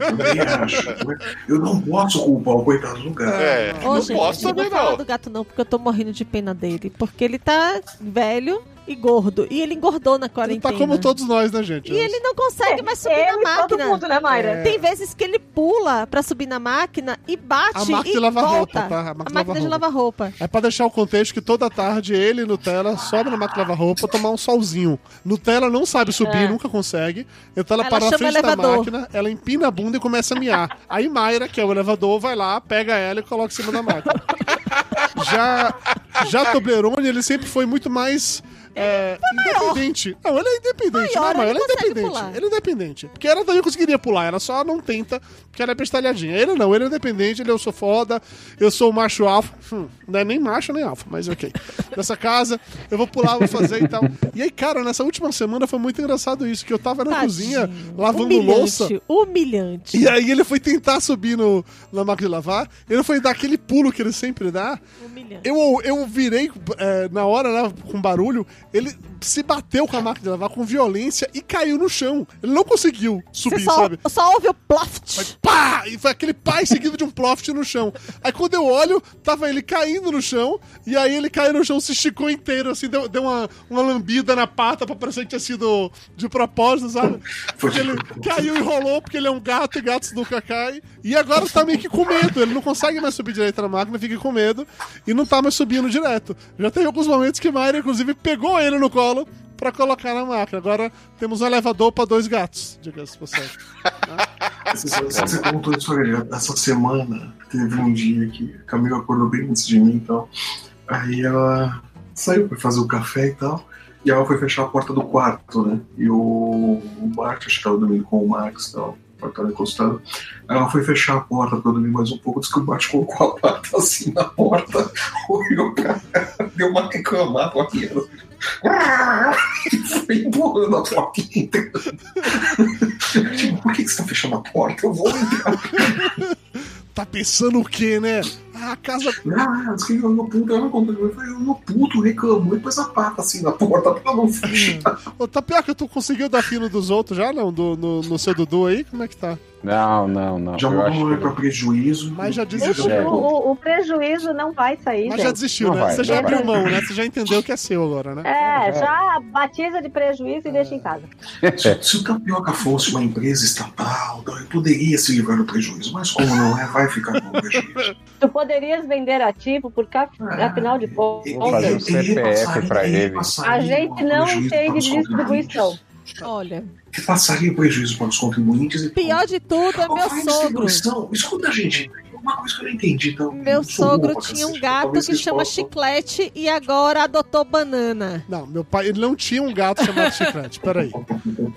Também acho. né? Eu não posso culpar o coitado do lugar. É, Ô, não gente, posso não vou também falar não. do gato não, porque eu tô morrendo de pena dele. Porque ele tá velho e gordo. E ele engordou na Ele quarentena. tá como todos nós, né, gente? E ele não consegue mais subir Eu na e todo máquina. mundo, né, Mayra? Tem vezes que ele pula pra subir na máquina e bate A máquina e de lavar volta. roupa, tá? A A máquina de máquina de lavar lavar roupa. É pra deixar o contexto que toda tarde ele e Nutella sobe na máquina de lavar roupa tomar um solzinho. Nutella não sabe subir, nunca consegue. Nutella É. Ela para na chama frente o da elevador. máquina, ela empina a bunda e começa a miar. Aí Mayra, que é o elevador, vai lá, pega ela e coloca em cima da máquina. Já, já Toblerone, ele sempre foi muito mais. é, independente. Não, ele é independente. Maior, não, mas ele ele é consegue independente. pular. Ele é independente. Porque ela também conseguiria pular, ela só não tenta, porque ela é bestalhadinha. Ele não, ele é independente, ele eu sou foda, eu sou o macho alfa. Hum, não é nem macho nem alfa, mas ok. Nessa casa, eu vou pular, vou fazer e tal. E aí, cara, nessa última semana foi muito engraçado isso, que eu tava Tá na Tadinho. Um cozinha lavando humilhante, louça. Humilhante. E aí ele foi tentar subir no, na máquina de lavar, ele foi dar aquele pulo que ele sempre dá, Humilhante. eu, eu virei é, na hora, né, com barulho, ele se bateu com a máquina de lavar com violência e caiu no chão. Ele não conseguiu Você subir, só, sabe? só ouve o ploft. Mas pá! E foi aquele pá em seguida de um ploft no chão. Aí quando eu olho, tava ele caindo no chão, e aí ele caiu no chão, se esticou inteiro, assim, deu, deu uma, uma lambida na pata pra parecer que tinha sido de propósito, sabe? Porque ele caiu e rolou, porque ele é um gato e gatos nunca caem. E agora tá meio que com medo, ele não consegue mais subir direito na máquina, fica com medo, e não tá mais subindo direto. Já teve alguns momentos que Mayra, inclusive, pegou ele no colo pra colocar na máquina. Agora temos um elevador pra dois gatos, diga-se de passagem. Você, você contou isso aí, essa semana. Teve um dia que a Camila acordou bem antes de mim e tal. Aí ela saiu pra fazer o café e tal. E ela foi fechar a porta do quarto, né? E o, o Bart, acho que tava dormindo com o Max e tal. a porta tava encostada. Aí ela foi fechar a porta pra eu dormir mais um pouco. Diz que o Bart colocou a pata assim na porta. Olhou pra ela, deu uma reclamada com a criança. E foi empurrando a porta inteira. Tipo, por que que você tá fechando a porta? Eu vou entrar. Tá pensando o quê, né? Ah, a casa. Ah, diz que ele andou puto, ela não conta. Eu falei, eu não puto, reclamou e pôs a pata assim na porta pra não fechar. Hum. Ô, Tapioca, tu conseguiu dar fino dos outros já? Não, do, no, no seu Dudu aí? Como é que tá? Não, não, não. Já eu mandou acho ele que... pra prejuízo. um Mas já disse- Enfim, É. o, o- o prejuízo não vai sair, Mas gente. já desistiu, Não né? vai, Você já não vai. abriu mão, né? Você já entendeu que é seu agora, né? É, já batiza de prejuízo e deixa em casa. É. Se, se o Tapioca fosse uma empresa estatal, então eu poderia se livrar do prejuízo. Mas como não é, vai ficar com o prejuízo. Tu poderias vender ativo, porque af- Ah, afinal de contas, Vou fazer um CPF pra ele. a gente não entende de distribuição. Olha, Que passaria prejuízo para os contribuintes e pior de tudo é Qual meu foi a sogro. distribuição? Escuta, gente. Uma coisa que eu não entendi, então. Meu Eu sou sogro burro pra tinha um cacete, gato talvez que vocês chama possam- Chiclete e agora adotou banana. Não, meu pai. Ele não tinha um gato chamado Chiclete. Peraí.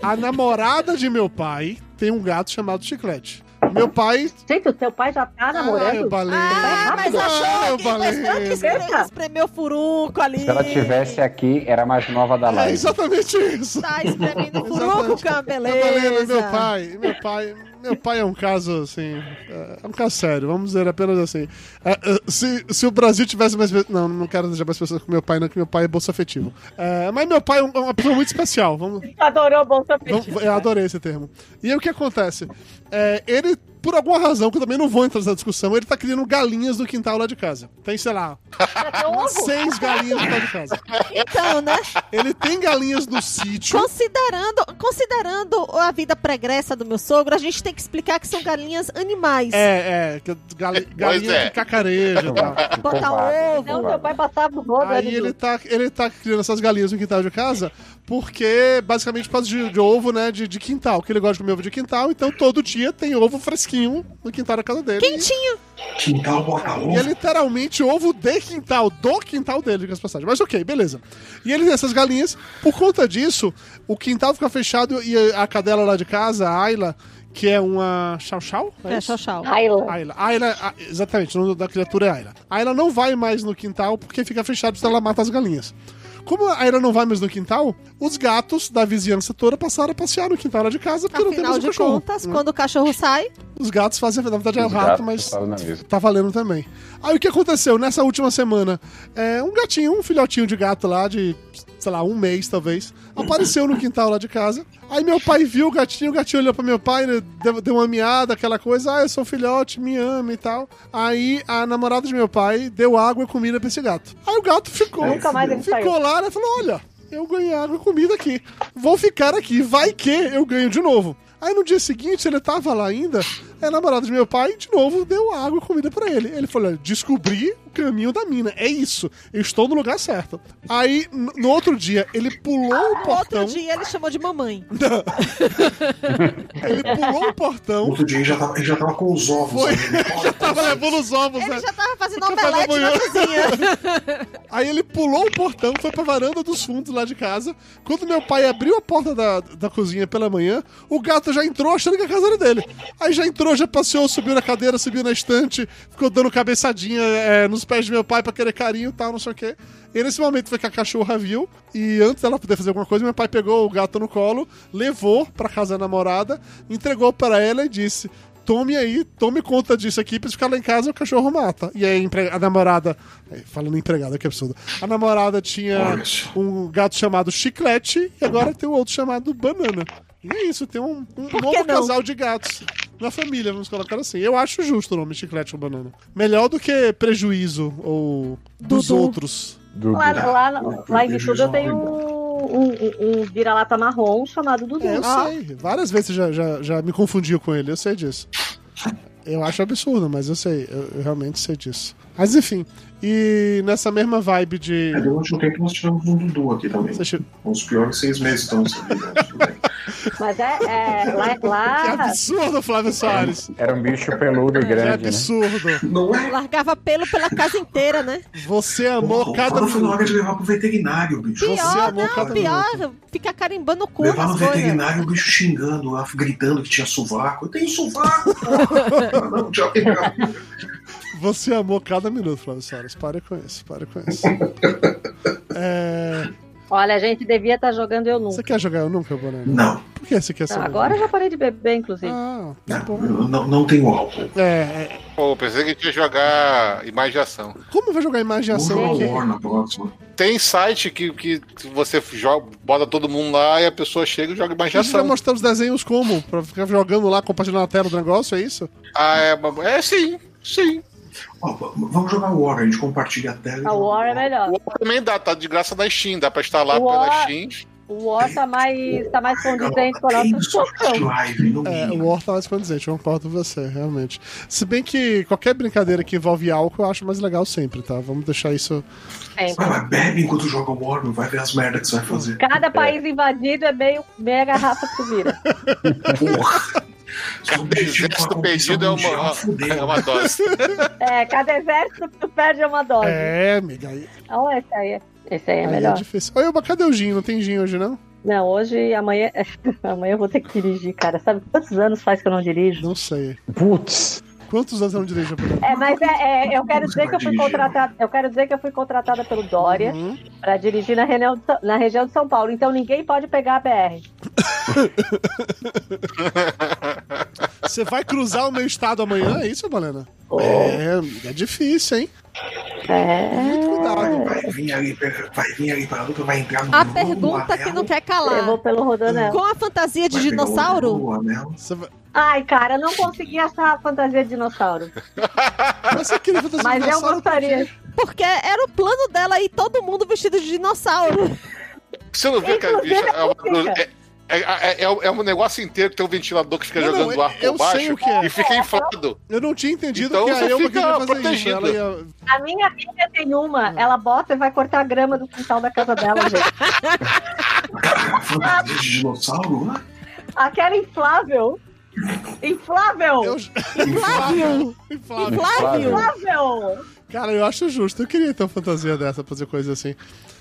A namorada de meu pai tem um gato chamado Chiclete. Meu pai. Gente, o teu pai já tá Ah, eu namorando? balei. Ah, mas rápido. achou que Ah, eu mas não que falei. espremeu, espremeu o furuco ali. Se ela tivesse aqui, era mais nova da É live. exatamente isso. Tá espremendo o furuco, Exatamente. Cam, Eu falei, né, beleza. meu pai, meu pai, meu pai é um caso assim, é é um caso sério, vamos dizer apenas assim. É, é, se, se o Brasil tivesse mais, pe- não, não quero deixar mais pessoas com meu pai, não, que meu pai é bolsa afetivo. É, mas meu pai é um- é uma pessoa muito especial, vamos, Adorou o Bolsa Vamos- Afetiva. eu adorei esse termo. E aí o que acontece? É, ele, por alguma razão, que eu também não vou entrar nessa discussão, ele tá criando galinhas no quintal lá de casa. Tem, sei lá, Pra ter ovo. umas seis galinhas no quintal de casa. Então, né? Ele tem galinhas no sítio. Considerando, considerando a vida pregressa do meu sogro, a gente tem que explicar que são galinhas animais. É, é, que gali- galinha é. de cacarejo e tal. Botar Covarde, ovo. Não, covarde. teu pai passava o rodo Aí ali. ele tá, ele tá criando essas galinhas no quintal de casa porque, basicamente, por causa de, de ovo, né, de, de quintal, que ele gosta de comer ovo de quintal, então todo dia tem ovo fresquinho no quintal da casa dele. Quentinho. Quintal bota E é ovo. literalmente ovo de quintal, do quintal dele, diga-se de passagem. Mas ok, beleza. E ele tem essas galinhas, por conta disso, o quintal fica fechado e a cadela lá de casa, a Ayla, que é uma chau-chau? É, tchau, tchau. Ayla. Ayla. Ayla, a- exatamente, o nome da criatura é Ayla. A Ayla não vai mais no quintal porque fica fechado se ela mata as galinhas. Como a Ayla não vai mais no quintal, os gatos da vizinhança toda passaram a passear no quintal lá de casa porque não tem Afinal mais um de cachorro. contas, quando o cachorro sai, Os gatos fazem, na verdade é o Os rato, gatos mas falam na mesma. tá valendo também. Aí o que aconteceu nessa última semana? É, um gatinho, um filhotinho de gato lá de, sei lá, um mês talvez, apareceu no quintal lá de casa. Aí meu pai viu o gatinho, o gatinho olhou pra meu pai, né, deu, deu uma miada, aquela coisa, ah, eu sou filhote, me ama e tal. Aí a namorada de meu pai deu água e comida pra esse gato. Aí o gato ficou, Nunca mais ele ficou saiu. lá, né, falou, olha, eu ganhei água e comida aqui, vou ficar aqui, vai que eu ganho de novo. Aí no dia seguinte ele tava lá ainda, a namorada de meu pai de novo deu água e comida pra ele. Ele falou: olha, descobri o caminho da mina, é isso, eu estou no lugar certo. Aí n- no outro dia ele pulou o Ah, no outro portão, dia ele chamou de mamãe. ele pulou o portão, Outro dia ele já tava, ele já tava com os ovos. Foi. ali. Olha, tava levando os ovos, né? Ele já tava fazendo Porque eu tava omelete na manhã. cozinha. Aí ele pulou o portão, foi pra varanda dos fundos lá de casa. Quando meu pai abriu a porta da, da cozinha pela manhã, o gato já entrou achando que a casa era dele. Aí já entrou, já passeou, subiu na cadeira, subiu na estante, ficou dando cabeçadinha é, nos pés de meu pai pra querer carinho e tal, não sei o quê. E nesse momento foi que a cachorra viu, e antes dela poder fazer alguma coisa, meu pai pegou o gato no colo, levou pra casa da namorada, entregou pra ela e disse: tome aí, tome conta disso aqui, pra você ficar lá em casa o cachorro mata. E aí a empre- a namorada. aí, Falando em empregada, que absurdo. A namorada tinha Olha isso. um gato chamado Chiclete e agora tem um outro chamado Banana. E é isso, tem um, um que novo não? casal de gatos na família, vamos colocar assim. Eu acho justo o nome Chiclete ou Banana. Melhor do que prejuízo ou dos Dudu. outros. Do, Lá, do- lá, lá em Vituba eu tenho um, um, um vira-lata marrom chamado Dudu. É, eu sei. Várias vezes você já, já, já me confundiu com ele, eu sei disso. Eu acho absurdo, mas eu sei, eu, eu realmente sei disso. Mas enfim, e nessa mesma vibe de. É, durante um tempo nós tivemos um Dudu aqui também. Você che- Um dos piores seis meses estão tudo bem. Mas é, é lá, Que lá absurdo, Flávio Soares! Era um bicho peludo e Que grande, né? absurdo! Não é? Largava pelo pela casa inteira, né? Você amou cada. um. Quando foi na hora de levar pro veterinário, bicho? Você Pior, amou cada um. não, pior. Fica carimbando o cu Levar no nas coisas. veterinário, o bicho xingando lá, gritando que tinha sovaco. Eu tenho sovaco, porra! não, tchau, Você amou cada minuto, Flávio Soares. Pare com isso, pare com isso. É, Olha, a gente devia estar jogando eu nunca. Você quer jogar eu nunca, Bonano? Não, né? Por que você quer ser? Agora eu já parei de beber, inclusive. Ah, tá não, bom. eu não, não tenho álcool. É, é, Pô, pensei que tinha que jogar imagem de ação. como vai jogar imagem de Vamos Uhum. ação jogar aqui? War na próxima. Tem site que, que você joga, bota todo mundo lá e a pessoa chega e joga imagem A de gente vai ação. mostrar os desenhos como? Pra ficar jogando lá, compartilhando a tela do negócio, é isso? Ah, é, uma- é sim, sim. Ó, v- vamos jogar War, a gente compartilha a tela. e Ah, A joga War é melhor. O War também dá, tá de graça da Steam, dá pra instalar O War- pela Steam. O War tá mais, tá mais condizente com a Tem nossa isso, situação. live, no É, mínimo. o War tá mais condizente, eu concordo com você, realmente. Se bem que qualquer brincadeira que envolve álcool eu acho mais legal sempre, tá? Vamos deixar isso. Vai, mas bebe enquanto joga War, não vai ver as merdas que você vai fazer. Cada país invadido é meio meia garrafa que tu vira. né? Porra! Seu objetivo pra Exército conquista perdido é uma, mundial, fudeu. é uma dose. É, cada exército tu perde uma dose. É, amiga, aí, Então esse aí, é- esse aí é aí é melhor. difícil. Oi, Uba, cadê o Gin? Não tem Gin hoje, não? Não, hoje, amanhã, amanhã eu vou ter que dirigir, cara. Sabe quantos anos faz que eu não dirijo? Não sei. Putz! Quantos anos eu não dirijo? Bruno? É, mas é, é, eu quero Você dizer vai que eu fui dirigir, contratada, eu quero dizer que eu fui contratada pelo Dória Uhum. para dirigir na, reunião de Sa- na região de São Paulo. Então ninguém pode pegar a BR. Você vai cruzar o meu estado amanhã, é isso, Balena? É, amiga, é difícil, hein? É. Muito cuidado. Vai vir ali, pra- vai vir ali pra luta, vai entrar no A mundo, pergunta que anel, não quer Eu vou calar. pelo Rodonel. Com a fantasia de vai pegar o dinossauro? anel, o anel. Você vai... Ai, cara, não consegui achar a fantasia de dinossauro. Mas você queria é fazer Mas eu engraçado, gostaria. Porque era o plano dela e todo mundo vestido de dinossauro. Você não viu que a bicha é, uma- Inclusive, é, é, é, é um negócio inteiro que tem um ventilador que fica Não, não, jogando ar eu por baixo sei o que é. e fica inflado. Eu não tinha entendido Então que a você Elba fica queria fazer isso. protegido. Ela ia... A minha filha tem uma, Uhum. ela bota e vai cortar a grama do quintal da casa dela, gente. A fantasia de dinossauro? né? Aquela inflável. Inflável! Eu... Flávio! Inflável. Flávio! Inflável! Cara, eu acho justo. Eu queria ter uma fantasia dessa, fazer coisa assim.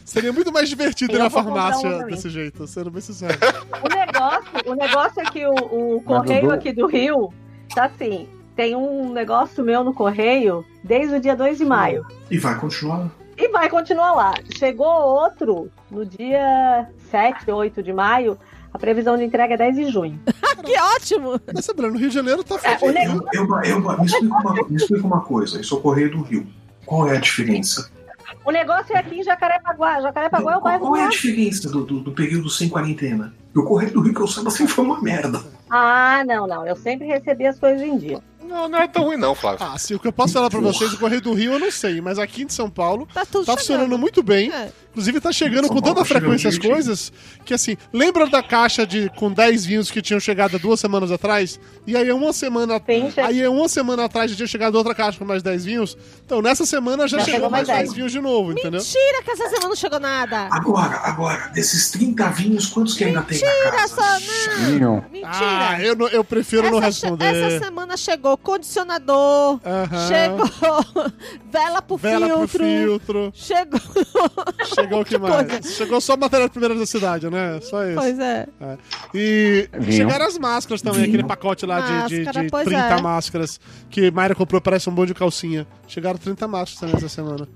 Seria muito mais divertido ir Eu na vou comprar um uma farmácia pra mim. desse jeito, sendo bem sincero. O negócio, o negócio é que o, o correio Dudu- aqui do Rio tá assim. Tem um negócio meu no correio desde o dia 2 de maio. E vai continuar. E vai continuar lá. Chegou outro no dia 7, 8 de maio. A previsão de entrega é 10 de junho. Que ótimo! Mas Sabrina, no Rio de Janeiro tá É, o fodido. negócio Eu, eu, eu- me, explica uma, me explica uma coisa, isso é o Correio do Rio. Qual é a diferença? O negócio é aqui em Jacarepaguá. Jacarepaguá é o qual, bairro qual é a lá. diferença do, do, do período sem quarentena? E o Correio do Rio, que eu saiba, sempre foi uma merda. Ah, não, não. Eu sempre recebi as coisas em dia. Não, não é tão ruim não, Flávio. Ah, se o que eu posso falar pra vocês, o Correio do Rio eu não sei, mas aqui em São Paulo Tá tudo tá funcionando muito bem. É. Inclusive tá chegando São com tanta Paulo chegando frequência as direitinho. coisas que assim, lembra da caixa de com 10 vinhos que tinham chegado há duas semanas atrás? E aí é uma semana Sim, já- Aí é uma semana atrás já tinha chegado outra caixa com mais 10 vinhos. Então nessa semana já, Já chegou chegou mais mais 10 vinhos de novo, entendeu? Mentira que essa semana não chegou nada! Agora, agora, desses 30 vinhos, quantos que ainda tem na Mentira, casa? só não! Nenhum. Mentira! Ah, eu, não- eu prefiro não Essa, che- responder. essa semana chegou condicionador, Aham. chegou vela pro Vela pro filtro, filtro. chegou. Chegou o que mais? coisa. Chegou só matéria primeira da cidade, né? Só isso. Pois é. E Vinho. chegaram as máscaras também, Vinho. aquele pacote lá de, de, Máscara, de pois 30 é. máscaras que Mayra comprou, parece um bom de calcinha. Chegaram 30 máscaras também essa semana.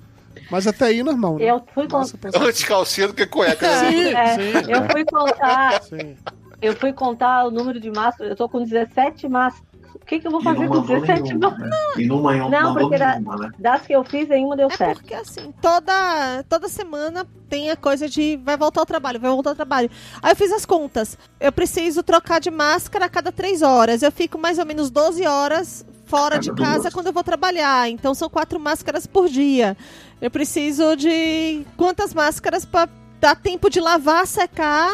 Mas até aí normal, né? Eu fui, con- Nossa, pra- Antes calcinha É um do que cueca. né? Sim, é, sim, eu fui contar, sim. eu fui contar o número de máscaras. Eu tô com 17 máscaras. que, que eu vou fazer com 17 nenhuma, não? né? E numa não, Não, mandou porque era- nenhuma, né? Das que eu fiz, nenhuma deu É certo. porque assim, toda, toda semana tem a coisa de vai voltar ao trabalho, vai voltar ao trabalho. Aí eu fiz as contas. Eu preciso trocar de máscara a cada três horas. Eu fico mais ou menos 12 horas fora Cada de duas. casa quando eu vou trabalhar. Então são quatro máscaras por dia. Eu preciso de quantas máscaras pra dar tempo de lavar, secar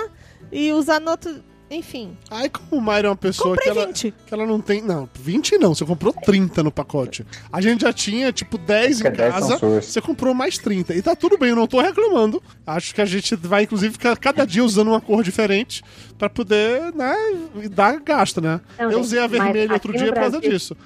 e usar no outro. Enfim. Aí, como o Mayra é uma pessoa que Comprei ela, 20. que ela não tem. Não, 20 não, você comprou 30 no pacote. A gente já tinha, tipo, 10 em Porque 10 são casa. suas. Você comprou mais 30. E tá tudo bem, eu não tô reclamando. Acho que a gente vai, inclusive, ficar cada dia usando uma cor diferente pra poder, né, dar gasto, né? Não, eu gente, usei a mas vermelha aqui outro no dia por causa Brasil- disso.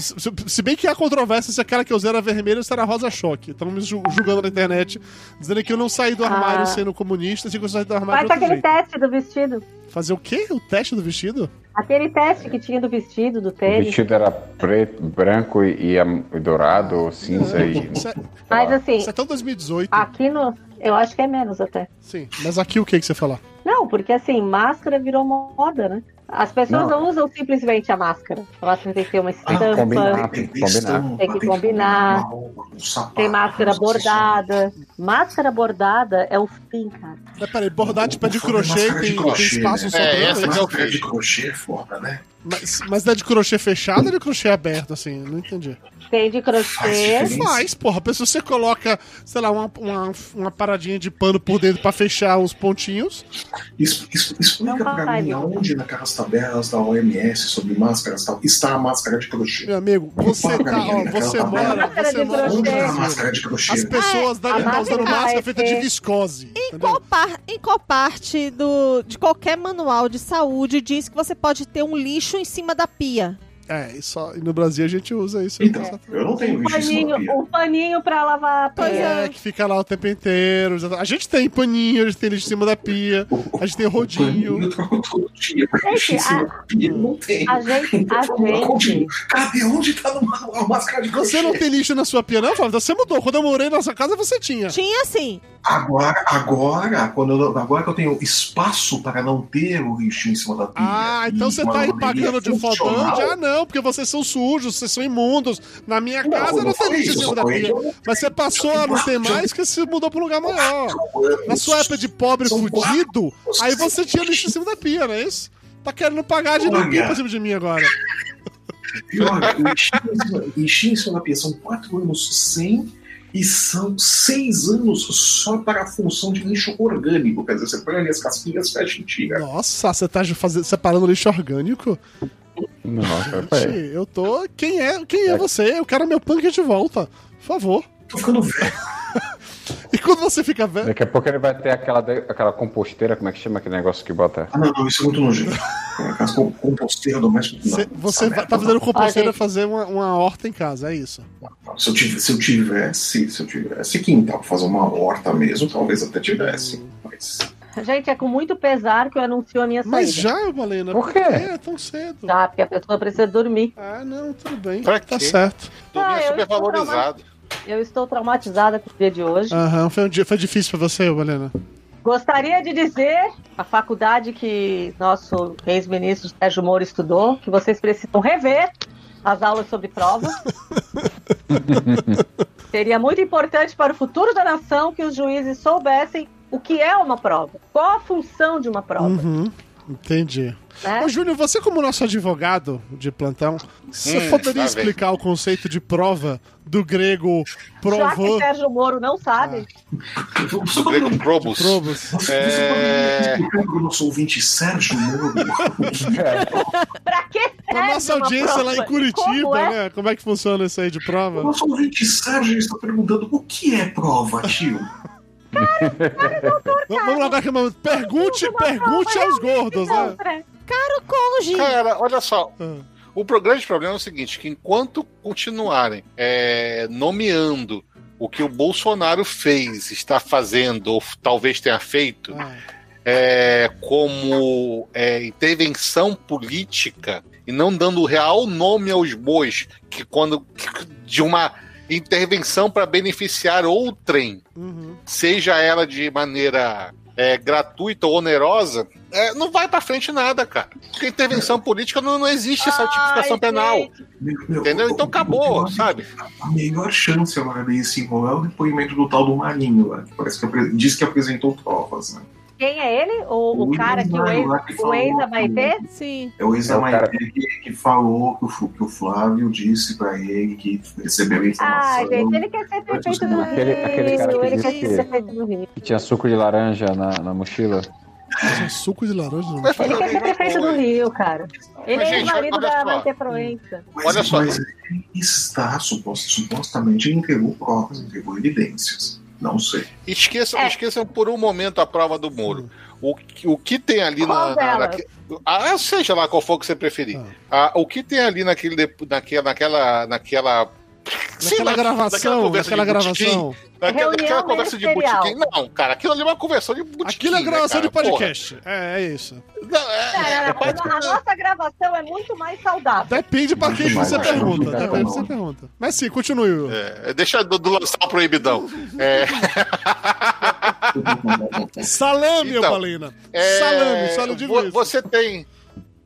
Se- se- Se bem que há controvérsia se aquela que eu usei era vermelha ou se era rosa choque. Estão me ju- julgando na internet, dizendo que eu não saí do armário Ah. sendo comunista, assim que eu saí do armário Faz de outro aquele jeito. teste do vestido. Fazer o quê? O teste do vestido? Aquele teste que tinha do vestido, do O tênis. vestido era preto, branco e, e am- e dourado, ou cinza e. Isso é, Mas assim, isso é até o 2018. aqui no. Eu acho que é menos até. Sim, mas aqui o que, que você falar? Não, porque assim, máscara virou moda, né? As pessoas não, usam simplesmente a máscara. A máscara tem que ter uma estampa, combinar. Tem que Combinar. estampa, Tem que uma combinar. mala, um sapato, tem máscara um acessório. bordada. Máscara bordada é o fim, cara. Mas peraí, bordar de pé de Vou fazer crochê máscara de tem, crochê, tem espaço né? sobrando. É, essa que eu Máscara fiz. de crochê é foda, né? Mas, mas é de crochê fechado ou de crochê aberto, assim? Não entendi. Tem de crochê. Faz Isso. É Faz, porra. Mas se você coloca, sei lá, uma, uma, uma paradinha de pano por dentro pra fechar os pontinhos. Isso, isso- explica Não pra faz, mim não. aonde naquelas tabelas da OMS sobre máscaras e tal está a máscara de crochê. Meu amigo, você tá, ó, você mora, Máscara você de mora no Onde tá a Brasil. máscara de crochê? As pessoas Ah, devem estar é usando máscara máscara vai feita ser- de viscose. entendeu? Qual par- em qual parte do, de qualquer manual de saúde diz que você pode ter um lixo em cima da pia? É, e só, e no Brasil a gente usa isso. Então, eu não tenho Um lixo em cima da pia. paninho, um paninho pra lavar a É. Pois pia. É, que fica lá o tempo inteiro. tá. A gente tem paninho, a gente tem lixo em cima da pia, a gente tem rodinho. Eu troco todo dia pra Gente, lixo em cima da pia, não tem. A gente, a Por favor, gente. Cadê onde tá no manual a máscara de crochê? Você não tem lixo na sua pia, não, Flávio? Você mudou. Quando eu morei na sua casa, você É. tinha. Tinha sim. Agora, agora, quando eu, agora que eu tenho espaço para não ter o lixo em cima da pia. Ah, então e você uma tá aí lavanderia pagando de funcional, fodante? Ah, não, porque vocês são sujos, vocês são imundos. Na minha casa eu não tem falei lixo em isso, cima da eu falei pia. que eu- Mas você passou a não ter mais porque você mudou pra um lugar maior. Na sua época de pobre São fudido, quatro. aí você tinha lixo em cima da pia, não é isso? Tá querendo pagar de Olha. limpinho pra cima de mim agora. E olha, o lixo em cima- lixo em cima da pia são quatro anos sem e são seis anos só para a função de lixo orgânico. Quer dizer, você põe ali as casquinhas, fecha e tira. Nossa, você tá faze- separando lixo orgânico? Nossa, Gente, peraí. eu tô. Quem é, quem é você? Eu quero meu punk de volta. Por favor. Tô ficando velho. E quando você fica É. velho. Daqui a pouco ele vai ter aquela, de- aquela composteira, como é que chama aquele negócio que bota? Ah, não, não, isso é muito nojento. As com- composteira doméstico. não, Cê- essa você vai- merda tá fazendo não. composteira Olha, gente. fazer uma, uma horta em casa, é isso. Se eu tivesse, se eu tivesse, se eu tivesse quintal pra fazer uma horta mesmo, talvez até tivesse. Mas Gente, é com muito pesar que eu anuncio a minha saída. Mas já, Malena, Por quê? É, tão cedo. Tá, porque a pessoa precisa dormir. Ah, não, tudo bem. Pra tá quê? certo. Dormir Ah, eu é super valorizado. Eu estou traumatizada com o dia de hoje. Aham, foi, um dia, foi difícil pra você, Malena. Gostaria de dizer à faculdade que nosso ex-ministro Sérgio Moro estudou, que vocês precisam rever as aulas sobre provas. Seria muito importante para o futuro da nação que os juízes soubessem o que é uma prova, qual a função de uma prova. Uhum, entendi. né? Ô, Júnior, você, como nosso advogado de plantão, você Hum, poderia lá vem. explicar o conceito de prova do grego Já que provô? Sérgio Moro não sabe, Ah. Só pra- Grego Probus. Provos. É... O nosso ouvinte Sérgio Moro. pra que serve Pra nossa É, uma audiência prova? lá em Como Curitiba, é? né? Como é que funciona isso aí de O prova? nosso ouvinte Sérgio está perguntando o que é prova, tio? V- Vamos lá, daqui a uma... Pergunte, pergunte aos gordos, Não, né? Fred. Conge. Cara, olha só. Ah. O pro- grande problema é o seguinte: que enquanto continuarem é, nomeando o que o Bolsonaro fez, está fazendo, ou f- talvez tenha feito, Ah. é, como é, intervenção política e não dando real nome aos bois, que quando que- de uma intervenção para beneficiar outrem, Uhum. seja ela de maneira é, gratuita ou onerosa, é, não vai pra frente nada, cara. Porque intervenção política não, não existe essa tipificação Ai, penal. gente. Meu- meu, Entendeu? o- Então o- acabou, o- sabe? A melhor chance agora de se enrolar é o depoimento do tal do Marinho lá, que parece que apre- diz que apresentou provas, né? Quem é ele? O, o William cara que o Marinho ex, lá que o falou ex da que- Maitê? Sim. É o ex É da o cara- Maitê que, que falou que o, Fu- que o Flávio disse pra ele que recebeu a informação. Ai, gente, ele é quer ser prefeito do Aquele- aquele cara Rio. que Ele quer disse ser prefeito do Rio. Que tinha suco de laranja na, na mochila. Tinha suco de laranja no Mas- Ele quer ser prefeito do Rio, cara. Ele Mas, é gente, ex-marido olha da só. Maitê Proença. Mas, Olha só. mas ele está suposto, supostamente ele entregou provas, entregou evidências. Não sei. Esqueçam, É. esqueçam por um momento a prova do Moro. O, que- o que tem ali Qual na. na- delas? naque- ah, seja lá qual for que você preferir. Ah, o que tem ali naquele, depo- naquela. naquela, naquela sei Naquela lá, naquela gravação, conversa de naquela botequim, gravação. Naquela, Reunião naquela conversa de ministerial. botiquim. Não, cara, aquilo ali é uma conversão de botiquim. Aquilo é gravação né, de cara? podcast. É, é isso. Porra. Não, é- Cara, rapaz, a nossa gravação é muito mais saudável. Depende pra quem Muito você mais, pergunta. muito mais Depende pra bom. você pergunta. Mas sim, continue. Will. Tá é, deixa do, do lançar o proibidão. É, Salame, eu Então, falei, né? É, salame, só não digo vo- isso. Você tem.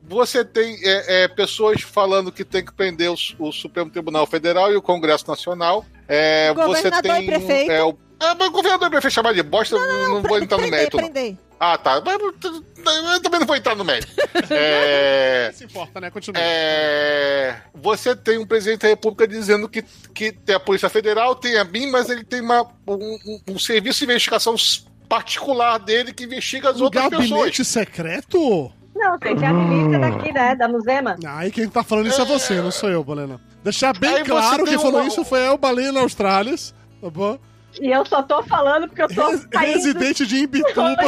Você tem é, é, pessoas falando que tem que prender o, Su- o Supremo Tribunal Federal e o Congresso Nacional. É, você Governador tem, e prefeito. É, o, é, mas o governador e prefeito chamar de bosta, não, vou entrar no prender, mérito. não. prender. Ah, tá. Mas eu t- eu também não vou entrar no mérito. É. Não se importa, né? Continue. É, você tem um presidente da República dizendo que, que tem a Polícia Federal, tem a BIM, mas ele tem uma- um, um- um serviço de investigação s- particular dele que investiga as Um outras gabinete pessoas. secreto? Não, gente, é a milícia daqui, né? Da Muzema. Aí quem tá falando isso é você, não sou eu, Balena. Deixar bem Aí você claro tem que falou uma- isso foi eu, Balena Australis, tá bom? E eu só tô falando porque eu tô Res- residente de Imbituba.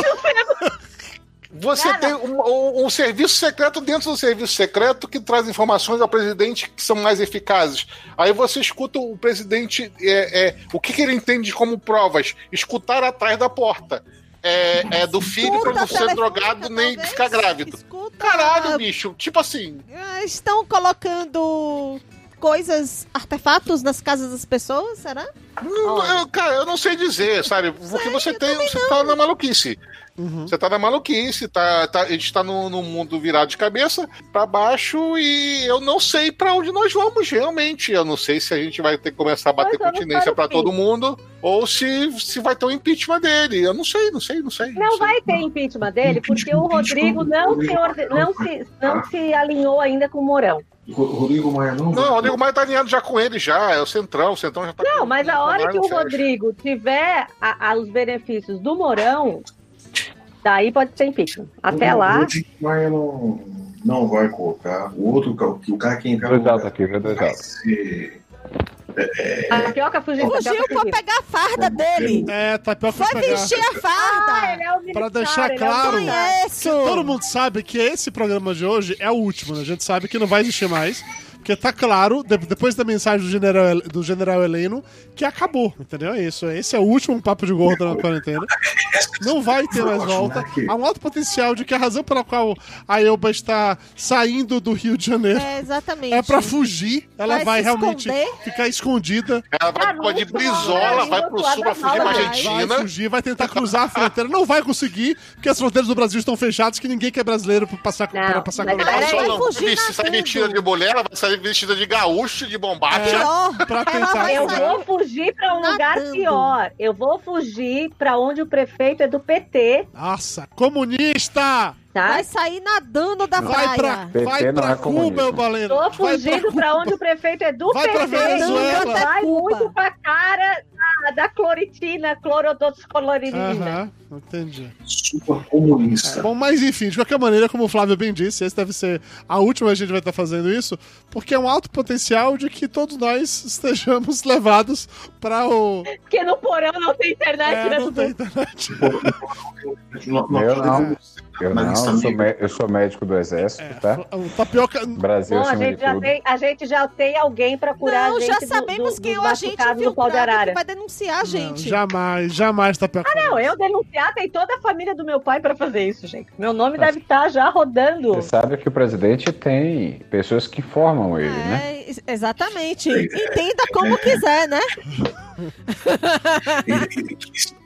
Você Cara. tem um, um- um serviço secreto dentro do serviço secreto que traz informações ao presidente que são mais eficazes. Aí você escuta o presidente, é, é, o que, que ele entende como provas? Escutar atrás da porta. É, é do filho para não Escuta ser telefônica, drogado nem talvez. Ah. ficar grávido. Escuta, Caralho, bicho. Tipo assim, ah, Estão colocando coisas, artefatos nas casas das pessoas, será? Não, eu- cara, eu não sei dizer, sabe? Porque você tem. Você tá na maluquice. Uhum. Você tá na maluquice, tá, tá, a gente tá num num mundo virado de cabeça pra baixo e eu não sei pra onde nós vamos realmente. Eu não sei se a gente vai ter que começar a bater Mas eu não continência quero pra fim. todo mundo ou se, se vai ter um impeachment dele. Eu não sei, não sei, não sei. Não sei. vai ter impeachment dele, porque o Rodrigo não se, orde- não se, não se alinhou ainda com o Mourão. O Ro- Rodrigo Maia não. Não, o Rodrigo Maia tá alinhado já com ele já, é o Centrão, o Centrão já tá Não, com- mas a com hora Maia que no o fecho. Rodrigo tiver a- a- os benefícios do Mourão, daí pode ter impeachment. Até Hum, O- O lá, Rodrigo Maia não, não vai colocar. O outro, ca- o cara que entra no Dois altos lugar aqui, viu? Dois vai altos. ser a Pioca fugiu. a Fugiu Pioca pra pegar a farda dele. É, tapioca Foi foi pegar. vestir a farda. Ele é o militar, Pra deixar ele é o claro- militar. Conheço. Todo mundo sabe que esse programa de hoje é o último, né? A gente sabe que não vai existir mais. Porque tá claro, de- depois da mensagem do general, Hel- do general Heleno, que acabou, entendeu? É isso. Esse é o último papo de gordo na quarentena. Não vai ter mais volta. Há um alto potencial de que a razão pela qual a Elba está saindo do Rio de Janeiro É, exatamente. é pra fugir. Ela Vai vai, se realmente esconder? ficar escondida, Ela vai, Cara, pode ir muito brisola, bom, vai né? pro sul pra fugir pra Vai. vai Argentina. fugir, vai tentar cruzar a fronteira. Não vai conseguir, porque as fronteiras do Brasil estão fechadas, que ninguém que é brasileiro pra passar, Não, pra passar mas coronavírus. Não, só vai não. fugir Vixe, sai nadando. vestida de mulher, ela vai sair vestida de gaúcho, de bombacha. É. Pior. pra tentar Ela vai Eu sair. sair vou fugir pra um lugar nadando. pior. Eu vou fugir pra onde o prefeito é do PT, Nossa, comunista! tá? Vai sair nadando da Vai pra, praia. vai PT não pra é Cuba, comunista. eu baleno. Tô Vai fugindo pra onde o prefeito é do Vai pra PT. Venezuela. Vai Cuba. muito pra cara da, da cloritina, clorodoxicoloridina. Aham, entendi. super comunista. Bom, mas enfim, de qualquer maneira, como o Flávio bem disse, esse deve ser a última vez que a gente vai estar fazendo isso, porque é um alto potencial de que todos nós estejamos levados para o. Porque no porão não tem internet, É, né, não Dudu? tem internet. Nós- Eu nós não. Eu não, Mas isso eu sou, também- mé- eu sou médico do exército, É, tá? O tapioca. Brasil Bom, a acima de gente, já tudo. tem, a gente já tem alguém pra curar a Não, gente já do- sabemos do- quem é o dos agente machucados do pau de infiltrado que arara. vai denunciar a Não, gente. jamais, jamais tapioca. Não, eu denunciar, tem toda a família do meu pai pra fazer isso, gente. Meu nome Ah. deve estar já rodando. Você tipo sabe que o presidente tem pessoas que informam ele, né? É, ex- exatamente. Entenda como quiser, né? Ele- ele-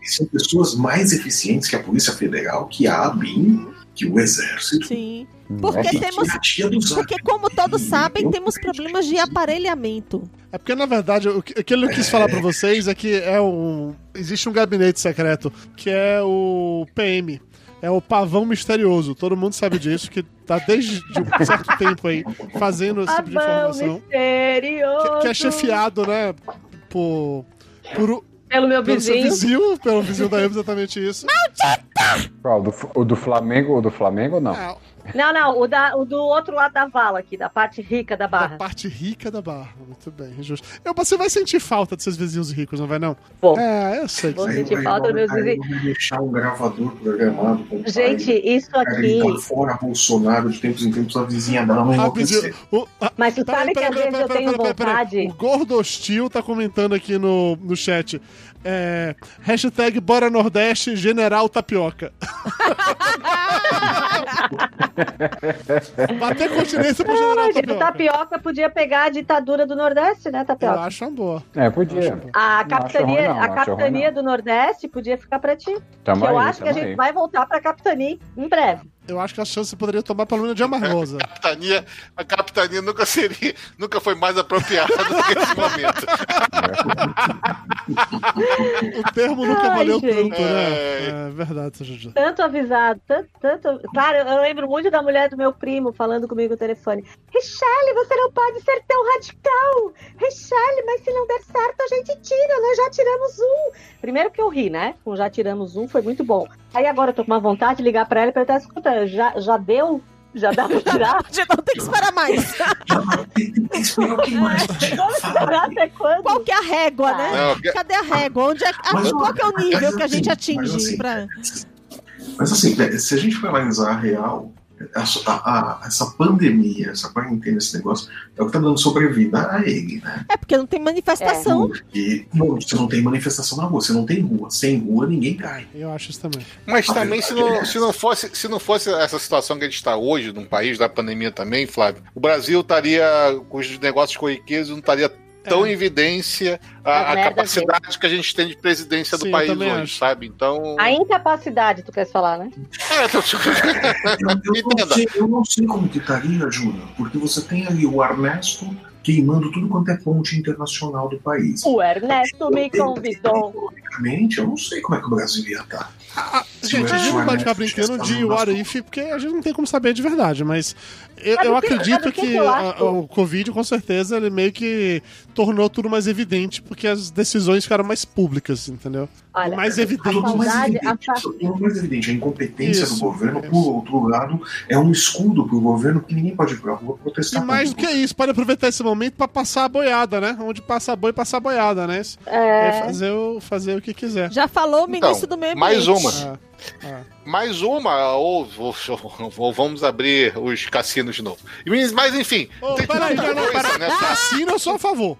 E são pessoas mais eficientes que a Polícia Federal, que a ABIN, que o Exército. Sim. é Porque e temos- que a tia do Zap. Porque, como todos sabem, temos problemas de aparelhamento. É porque, na verdade, o que, o que ele quis falar pra vocês é que é um. Existe um gabinete secreto, que é o PM. É o pavão misterioso. Todo mundo sabe disso, que tá desde de um certo tempo aí fazendo esse tipo de Abão informação. Que, misterioso. que é chefiado, né? Por. por o- Pelo meu pelo seu vizinho. vizinho, pelo vizinho da Eva, exatamente isso. Qual, do F- o do Flamengo ou do Flamengo não? É, Não, não, o, da- o do outro lado da vala aqui, da parte rica da a barra. parte rica da barra. Muito bem, justo. Eu, você vai sentir falta dos seus vizinhos ricos, não vai não? Bom. É, eu sei. que Vou você- sentir falta, meus aí vizinhos. vão deixar um gravador programado com o Gente, pai, isso o cara aqui. então. Por fora Bolsonaro de tempos em tempos, a vizinha dá uma Ah, vizinho, enlouquecer. o- a- Mas tu Peraí, sabe que peraí, às peraí, vezes eu peraí, tenho peraí, peraí, peraí. vontade. O Gordostil tá comentando aqui no, no chat. É, hashtag Bora Nordeste, General Tapioca. Bater continência pro General Não, gente, o Tapioca. tapioca podia pegar a ditadura do Nordeste, né, Eu tapioca? acho uma boa. É, Acho podia. uma boa. A Não acho ruim, capitania, não, a não acho capitania ruim, do Nordeste podia ficar pra ti. Tamo que eu aí, acho que a tamo gente aí. vai voltar pra capitania em breve. Eu acho que a chance poderia tomar pelo menos de amargosa. A capitania, a capitania nunca seria, nunca foi mais apropriada do que esse momento. O termo nunca Ai, valeu gente. tanto, né? Ai. É verdade, seu Juju. Tanto avisado, tanto, tanto. Claro, eu lembro muito da mulher do meu primo falando comigo no telefone. Richelle, você não pode ser tão radical! Richelle, mas se não der certo, a gente tira, nós já tiramos um! Primeiro que eu ri, né? Com já tiramos um, foi muito bom. Aí agora eu tô com uma vontade de ligar pra ela e perguntar: escuta, já, já deu? Já dá pra tirar? Já não tem que esperar mais. Esse melhor que mais, gente. Vamos esperar até quando? Qual que é a régua, né? Não, que- Cadê a régua? Onde é, Mas, qual que é o nível que a gente mas, assim, atinge? pra- Mas assim, né, se a gente for analisar a real, a- a- a- essa pandemia, essa quarentena, esse negócio, é o que tá dando sobrevida a ele, né? É porque não tem manifestação. Porque não, você não tem manifestação na rua, você não tem rua. Sem rua, ninguém cai. Eu acho isso também. Mas A também, se verdade é não, essa. se, não fosse, se não fosse essa situação que a gente está hoje, num país da pandemia também, Flávio, o Brasil estaria, com os negócios corriqueiros, não estaria tão É. em evidência As a, a merdas capacidade que a gente tem de presidência do né, Sim, eu país também hoje, acho. sabe? Então. A incapacidade, tu queres falar, né? É, tô- Eu, eu não, Entenda. sei, eu não sei como que estaria, Júnior, porque você tem ali o Ernesto queimando tudo quanto é ponte internacional do país. O Ernesto me Então, convidou. Economicamente, eu não sei como é que o Brasil ia estar. Ah, ah, Sim, é gente, a gente não mas- vai ficar brincando de What If, porque a gente não tem como saber de verdade, mas eu, Sabe eu o que- sabe acredito o que que, que eu a- acho? o Covid, com certeza, ele meio que tornou tudo mais evidente, porque as decisões ficaram mais públicas, entendeu? Olha, mais Tudo evidentes. a mais saudade, evidente, a fa- isso tudo mais evidente. A incompetência Isso, do governo, isso. por outro lado, é um escudo para o governo que ninguém pode ir para rua E protestar. mais do contra. que isso, pode aproveitar esse momento pra passar a boiada, né? Onde passar boi, passar a boiada, né? Isso- É fazer, o, fazer o que quiser. Já falou o ministro do Então, meio mais ambiente. uma. Ah, ah. mais uma, ou, ou- ou vamos abrir os cassinos de novo. Mas, enfim, Ô, tem peraí, tanta não, não, coisa, peraí. né? Cassino, eu sou a favor.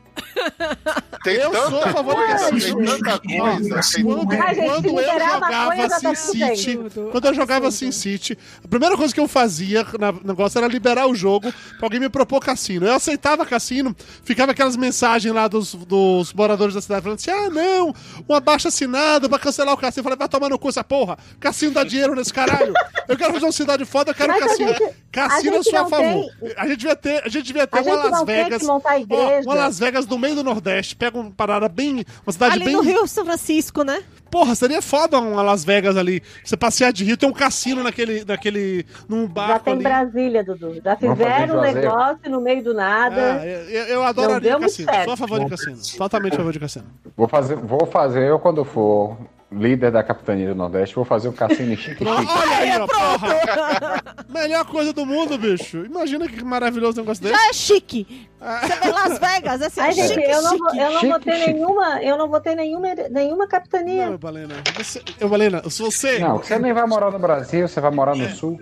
Tem Eu tanta sou a favor do coisa, cassino. tem tanta coisa. tem- Quando, Ai, um gente, quando eu liberar maconha jogava já tá Sin tudo bem. City, Quando eu jogava Sin City, a primeira coisa que eu fazia na no negócio era liberar o jogo pra alguém me propor cassino. Eu aceitava cassino, ficava aquelas mensagens lá dos, dos moradores da cidade falando assim: ah, não, um abaixo assinado pra cancelar o cassino. Eu falei, vai tomar no cu essa porra. Cassino dá dinheiro nesse caralho. Eu quero fazer uma cidade foda, eu quero Mas a cassino. gente- cassino a eu sou a gente favor. não A gente devia ter, a gente devia ter A uma gente Las não tem Vegas. que montar ó, igreja. uma Las Vegas no meio do Nordeste, pega uma parada bem. Uma cidade Ali bem no Rio São Francisco, né? Porra, seria foda uma Las Vegas ali. Você passear de rio, tem um cassino naquele. naquele num Já barco tem ali. Brasília, Dudu. Já Vamos fizeram um fazer Juazeiro. negócio no meio do nada. Ah, eu, eu Não adoraria deu muito cassino. certo. Sou a favor de cassino. Totalmente a favor de cassino. Vou fazer, vou fazer eu quando for líder da capitania do Nordeste, vou fazer o cassino em chique Pronto, chique. olha é É, aí, ó, porra. Melhor coisa do mundo, bicho. Imagina que maravilhoso negócio desse. Ah, Já é chique. Você vê Las Vegas, assim, Ai, gente, chique, eu não, vou, chique. eu não vou chique, ter chique. nenhuma, eu não vou ter nenhuma, nenhuma capitania. Não, Balena. Você, eu, Balena, se você. Não, você nem vai morar no Brasil, você vai morar no Sul.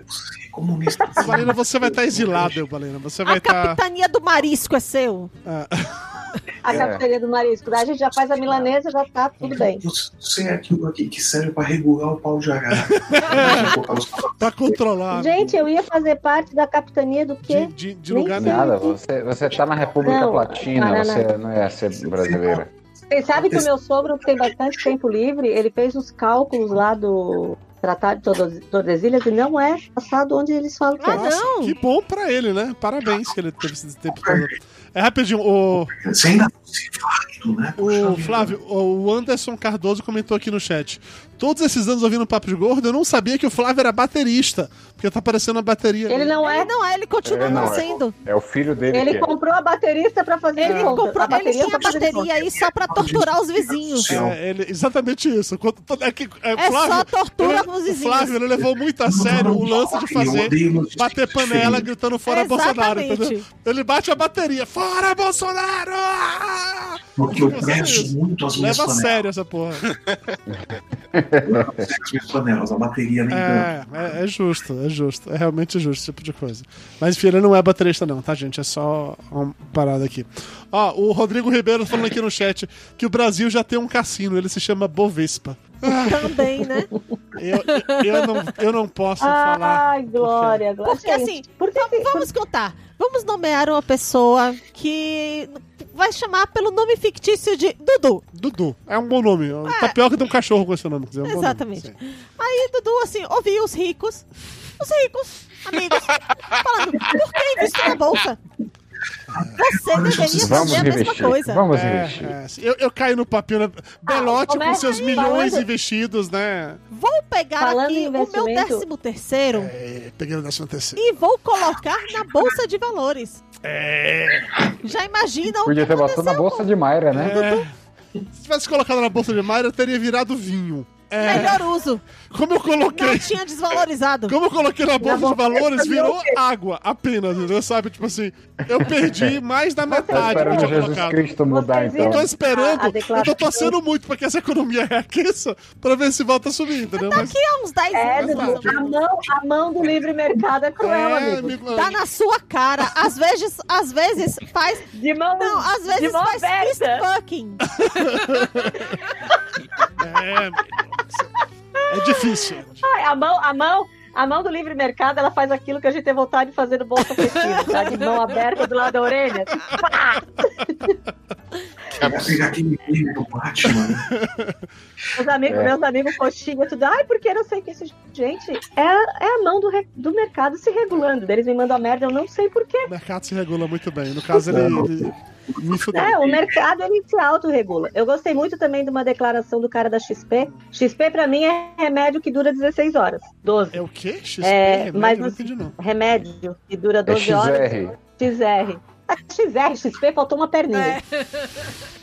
É comunista. Balena, você vai estar exilado, eu, Balena. Você vai tá- A estar. capitania do marisco é seu. a é. capitania do marisco. Daí a gente já faz a milanesa, já tá Uhum. tudo bem. Você é aquilo aqui que serve para regular o pau de arara. Colocar os- pra controlar. Gente, eu ia fazer parte da capitania do de, quê? de- de nem lugar sei. nenhum. Nada, você, você tá na República Não, Platina, Paraná. você não ia ser brasileira. Você sabe que o meu sogro tem bastante tempo livre, ele fez os cálculos lá do Tratado de Tordes- Tordesilhas e não é passado onde eles falam que Ah, é. Nossa, não. Que bom pra ele, né? Parabéns que ele teve esse tempo todo. É rapidinho, o, Isso ainda é válido, né? Poxa o vida. Flávio, o Anderson Cardoso comentou aqui no chat. Todos esses anos ouvindo Papo de Gordo, eu não sabia que o Flávio era baterista, porque tá parecendo a bateria. Ele não Ele é. não é, ele continua É, não, não é. sendo. É o filho dele Ele que é. comprou a baterista pra fazer Ele conta. comprou, a ele bateria tá tinha a pra fazer bateria aí só pra torturar os vizinhos. Sim. É, ele- exatamente isso. Quando- todo- é que- é, É Flávio, só tortura ele- com os o Flávio vizinhos. ele levou muito a tá sério o lance de Eu fazer odeio notícias bater panela diferentes. gritando fora Bolsonaro, entendeu? Exatamente. Ele bate a bateria, fora Bolsonaro! Ah! Porque eu Você prezo muito as minhas Leva a panelas. sério essa porra. As minhas panelas, a bateria nem tanto. É, é, é justo, é justo. É realmente justo esse tipo de coisa. Mas enfim, ele não é baterista, não, tá, gente? É só uma parada aqui. Ó, o Rodrigo Ribeiro falando aqui no chat que o Brasil já tem um cassino, ele se chama Bovespa. Também, né? Eu, eu, não, eu não posso Ah. falar. Ai, Glória, Glória. Porque assim, por que que- Vamos contar. Vamos nomear uma pessoa que vai chamar pelo nome fictício de Dudu. Dudu, é um bom nome. O Ah. Tapioca tem um cachorro com esse nome. quer dizer, é um bom nome, Exatamente. sim. Aí Dudu, assim, ouviu os ricos, os ricos, amigos, falando, por que investir na bolsa? Você deveria Vamos fazer a mesma investir. coisa. Vamos investir. É, é, eu, eu caio no papinho. Né? Belote com Ah, começa seus aí, milhões falando. investidos, né? Vou pegar Falando aqui em o meu investimento- décimo terceiro É, peguei o décimo terceiro. e vou colocar na bolsa de valores. É. Já imagina o que Podia ter botado na aconteceu bolsa de Mayra, né? Se tivesse colocado na bolsa de Mário, eu teria virado vinho. com o É, melhor uso. como eu Não coloquei. tinha desvalorizado. Como eu coloquei na bolsa de valores, virou água apenas, entendeu? Sabe? Tipo assim, eu perdi mais da Tá metade que eu esperando tinha Jesus colocado. Cristo mudar, Vocês é. então. viram? Tô A- Ah, a esperando, eu tô declaração- torcendo muito pra que essa economia reaqueça pra ver se volta a subir, entendeu? Tá Mas, aqui há uns 10 É, anos. Mas Dudu, tá. a mão, a mão do livre mercado é cruel, é, amigo. amigo, Tá na sua cara. Às vezes, às vezes faz. De mão, Não, às de vezes mão faz fist aberta. fucking. é, amigo, é difícil. Ai, a mão, a mão, a mão do livre mercado, ela faz aquilo que a gente tem vontade de fazer no bolso afetivo, tá? De mão aberta do lado da orelha. Pá! Vai pegar aquele meme do Batman, né? Meus amigos, É. meus amigos coxinha, tudo. Ai, porque não sei o que isso. Gente, é, é a mão do, re- do mercado se regulando. Eles me mandam a merda, eu não sei porquê. O mercado se regula muito bem. No caso, É. ele, ele me fudeu. É, o mercado ele se autorregula. Eu gostei muito também de uma declaração do cara da XP. XP, pra mim, é remédio que dura 16 horas. 12. É o quê? XP? É, remédio? mas Eu não você- entendi, não. Remédio que dura É 12 horas. XR. XR. Ah, XR, XP, faltou uma perninha.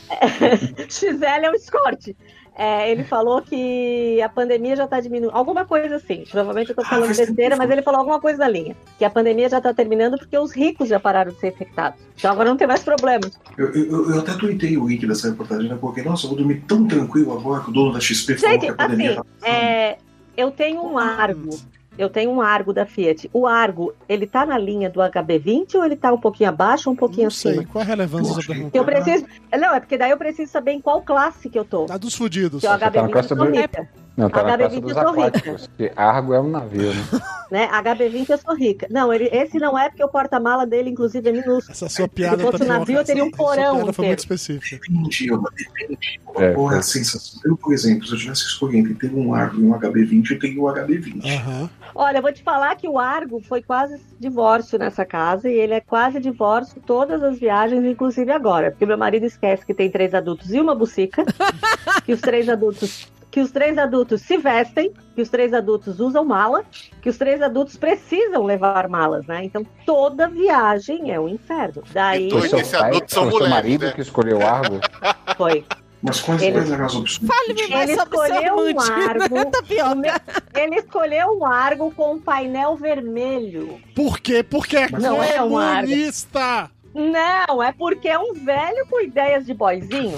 XL é um escorte. É, ele falou que a pandemia já está diminuindo. Alguma coisa assim. Provavelmente eu tô Ah, falando faz tempo besteira, que mas ele falou alguma coisa na linha. Que a pandemia já está terminando porque os ricos já pararam de ser infectados. Então agora não tem mais problema. Eu, eu, eu até tuitei o link dessa reportagem, né? Porque, nossa, eu vou dormir tão tranquilo agora que o dono da XP falou Gente, que a pandemia assim, tá é, eu tenho um Argo. Eu tenho um Argo da Fiat. O Argo, ele tá na linha do HB20 ou ele tá um pouquinho abaixo ou um pouquinho Não sei. acima? Qual é a relevância dessa pergunta? Eu preciso. Não, é porque daí eu preciso saber em qual classe que eu tô. Tá dos fudidos. Que é o tá na HB20 classe eu sou do- rica. Não, tá na HB20 classe dos eu tô rica. aquáticos. que Argo é um navio, né? né? HB20 eu sou rica. Não, ele, esse não é porque o porta-mala dele, inclusive, é minúsculo. Essa sua piada fosse um tapioca, navio, eu teria um essa sua porão piada foi inteiro. muito específica. depende, ela depende. É, Porra, foi. a sensação. Eu, por exemplo, se eu tivesse escolhendo entre ter um Argo e um HB20, eu teria o HB20. Aham. Olha, eu vou te falar que o Argo foi quase divórcio nessa casa e ele é quase divórcio todas as viagens, inclusive agora. Porque meu marido esquece que tem três adultos e uma bucica, que os três adultos. Que os três adultos se vestem, que os três adultos usam mala, que os três adultos precisam levar malas, né? Então toda viagem é um inferno. Daí Foi Dois seu desse pai, adulto são foi seu mulheres, marido né? que escolheu Argo. foi. Mas quais, Ele- quais eram as opções? Fale-me mais Ele É sobre seu escolheu um amante. arco. O Tapioca. meu- Ele escolheu um Argo com um painel vermelho. Por quê? Porque é Não é um Argo. comunista! Não, é porque é um velho com ideias de boizinho.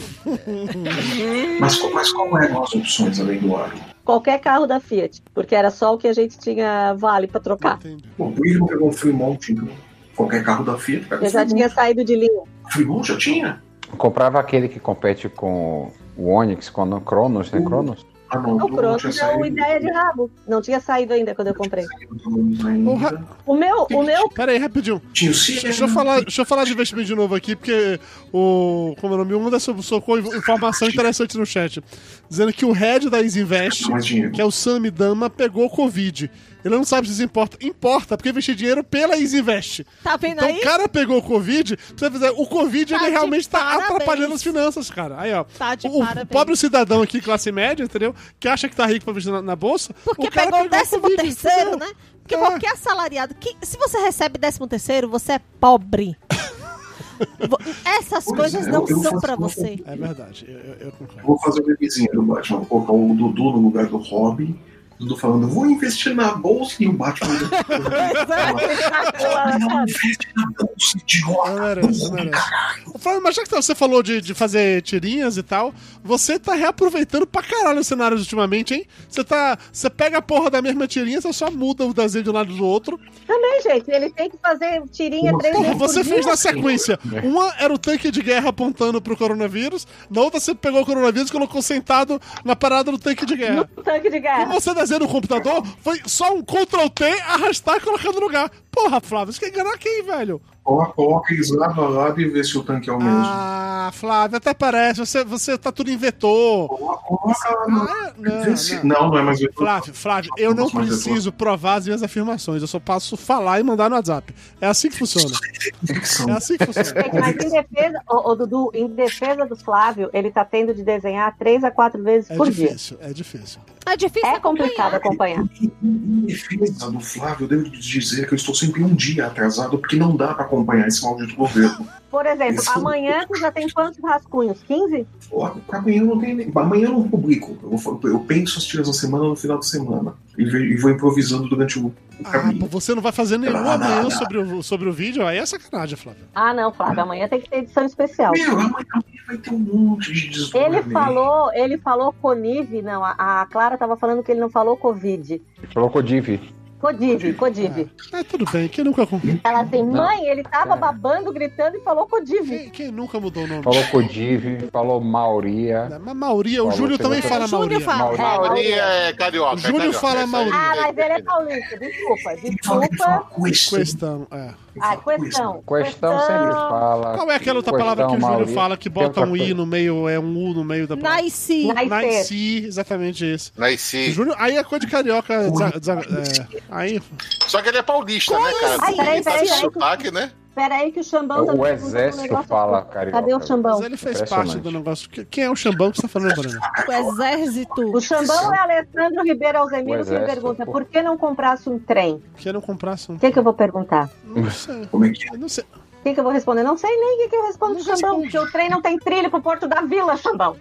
Mas, qual- mas qual eram as opções além do Argo? Qualquer carro da Fiat, porque era só o que a gente tinha vale pra trocar. Entendi. Bom, por que ele não pegou um Fremont, então? Qualquer carro da Fiat pega um Eu é já Fremont. tinha saído de linha. Fremont já tinha? Uhum. Comprava aquele que compete com o Onix, com o Cronos, né? Cronos? Ah, não, O não Cronos tinha é uma saído. ideia de rabo. Não tinha saído ainda quando eu comprei. O Ainda. ra- O meu, o meu, Pera aí, rapidinho. Tinha o Siena. Deixa eu, falar, deixa eu falar de investimento de novo aqui, porque o. Como é o nome? O Anderson socou informação interessante no chat. Dizendo que o head da Isinvest, Mais dinheiro. que é o Sami Dama, pegou Covid. Ele não sabe se isso importa. Importa, porque investiu dinheiro pela Isinvest. Tá vendo Então aí? o cara pegou o Covid, pra você dizer, o Covid Tá ele de realmente tá parabéns. atrapalhando as finanças, cara. Aí, ó. Tá de o, o parabéns. pobre cidadão aqui, classe média, entendeu? Que acha que tá rico pra investir na, na bolsa. Porque o cara pegou o décimo Covid, terceiro, entendeu? né? Porque É. qualquer assalariado. Que, se você recebe décimo terceiro, você é pobre. Vo- Essas Pois coisas é, não eu- eu são faço pra uma você. É verdade, eu, eu- eu concordo. Vou fazer o bebezinho do Batman. Vou colocar o Dudu no lugar do Robin. Dudu falando, vou investir na bolsa. E o Batman. Não investe na bolsa, idiota. Eu mereço, eu mereço. Ô, Flávio, mas já que tá, você falou de, de fazer tirinhas e tal, você tá reaproveitando pra caralho os cenários ultimamente, hein? Você tá. Você pega a porra da mesma tirinha, você só muda o desenho de um lado do outro. também, gente. Ele tem que fazer tirinha É, três Porra, vezes por você dia. fez na sequência. Uma era o tanque de guerra apontando pro coronavírus, na outra você pegou o coronavírus e colocou sentado na parada do tanque de guerra. no tanque de Como É. guerra. você desenha no computador, foi só um Ctrl T, arrastar e colocar no lugar. Porra, Flávio, você quer enganar quem, velho? Coloca- Coloca eles lado a lado e vê se o tanque é o mesmo. Ah, Flávio, até parece. Você, você tá tudo inventor. Coloca- Coloca lá no. Ah, não, Vê se- não. Não, não é mais o Flávio, Flávio, eu é não preciso provar as minhas afirmações. Eu só passo falar e mandar no WhatsApp. É assim que funciona. É assim que funciona. Gente, Mas em defesa, ô, ô, Dudu, em defesa do Flávio, ele tá tendo de desenhar três a quatro vezes É por dia. difícil, é difícil. É difícil. É complicado acompanhar. Em defesa do Flávio, eu devo dizer que eu estou sempre um dia atrasado porque não dá pra acompanhar esse maldito governo. Por exemplo, Isso. amanhã tu já tem quantos rascunhos? 15? Ó, amanhã eu não tenho nem- amanhã eu não publico. Eu, vou- eu penso as tiras na semana no final de semana e, ve- e vou improvisando durante o, o Ah, caminho. pô, você não vai fazer Ah. nenhum amanhã sobre o, sobre o vídeo? Aí é sacanagem, Flávio. Ah, não, Flávio, amanhã tem que ter edição especial. Meu, amanhã amanhã vai ter um monte de desdobramento. Ele falou, ele falou conive, não, a, a Clara tava falando que ele não falou Covid. Colocou div. Codive, codive. Ah, tudo bem. Quem nunca, com- Ela assim, Não. mãe, ele tava É. babando, gritando e falou codive. quem, quem nunca mudou o nome? Falou Codiv, falou Mauria. Mas Mauria, o Falou, Júlio você também vai- fala né? É, Júlio Mauria. fala. Mauri- Mauri é O carioca. Júlio é carioca, fala é isso Mauri. aí. Ah, mas ele é paulista, desculpa, Ele fala que desculpa. fala questão. Questão, é. Ah, questão. Questão sempre Então, fala. Qual é aquela outra Questão, palavra que o Júlio Mauri. fala que bota Tem outra um i coisa. no meio, é um u no meio da palavra? Nice. Nice. Nice, exatamente isso. Nasci. Júlio, aí é coisa de carioca. desa- desa- é, aí, Só que ele é paulista, né, cara? assim? Ai, peraí, Ele tá peraí, de peraí. sotaque, né? Pera aí que o Xambão tá me É O perguntando um exército negócio fala, aqui. carioca. Cadê o Xambão? mas ele fez Impressionante. parte do negócio. Que- Quem é o Xambão que você tá falando, Bruna? O exército. O Xambão é Alessandro Ribeiro Alzemiro O que me exército, pergunta pô. por que não comprasse um trem? Que não comprasse um. O que, que eu vou perguntar? Não sei. Como é que é? Eu Não sei. O que, que eu vou responder? Não sei nem o que, que eu respondo Não pro Xambão, responde. porque o trem não tem trilho pro Porto da Vila, Xambão.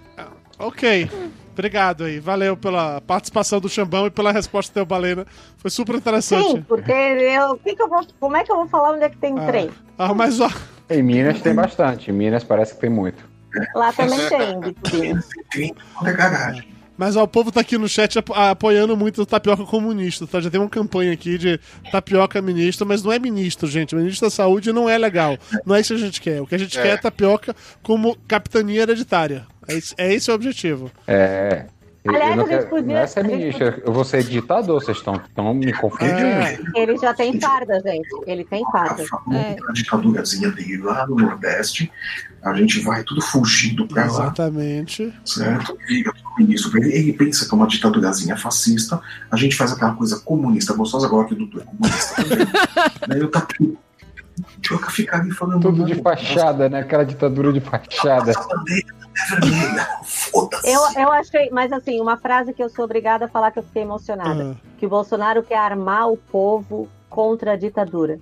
Ok. Obrigado aí. Valeu pela participação do Xambão e pela resposta do Teu Balena. Foi super Sim, interessante. porque eu, o que que eu vou, como é que eu vou falar onde é que tem Ah. trem? Ah, mas ó, Em Minas tem bastante. Em Minas parece que tem muito. Lá também tem, Bitubinho. Tem toda a garagem. mas ó, o povo tá aqui no chat apo- apoiando muito o tapioca comunista, tá? Já tem uma campanha aqui de tapioca ministro, mas não é ministro, gente. O ministro da saúde não é legal. Não é isso que a gente quer. O que a gente É. quer é tapioca como capitania hereditária. É esse, é esse o objetivo. É. Eu- eu Aliás, não a gente quero- podia- não é ser a gente ministra, eu vou ser ditador, vocês estão tão me confundindo. É, Ele já tem farda, gente. Ele tem A farda. É. famosa ditadurazinha dele lá no Nordeste. A gente vai tudo fugindo pra lá. exatamente. certo? Liga pro ministro, pra ele, ele pensa que é uma ditadurazinha fascista, a gente faz aquela coisa comunista gostosa, agora que o Dudu é comunista também. Daí eu tá Tioca ficar ali falando. Tudo "Não, de fachada, né? Aquela ditadura de fachada. Essa bandeira é vermelha, foda-se. Eu, eu achei, mas assim, uma frase que eu sou obrigada a falar que eu fiquei emocionada. Ah. Que o Bolsonaro quer armar o povo contra a ditadura.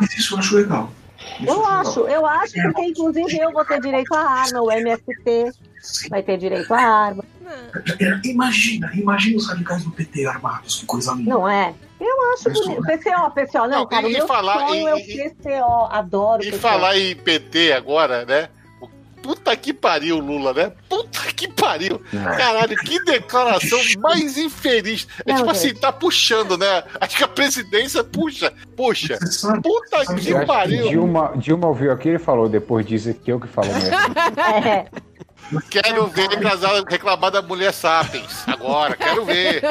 Mas isso eu acho legal. Isso é Eu legal. acho, eu acho, porque inclusive eu vou ter direito à arma, o MST Sim. é, vai ter direito à arma, Imagina, imagina os radicais do PT armados, que coisa linda. não é? Eu acho bonito. PCO, PCO, não, Não, cara, o e meu falar- sonho e- é o e- PCO, adoro E PCO. falar em PT agora, né? Puta que pariu, Lula, né? Puta que pariu. Caralho, que declaração mais infeliz. É Não, tipo assim, gente. tá puxando, né? Acho que a presidência puxa. Puxa. Você sabe, Puta sabe que Eu acho que pariu. Dilma, Dilma ouviu aquilo e falou, depois disse que eu que falo mesmo. É. Quero ver casal reclamar da mulher Sapiens. Agora, quero ver.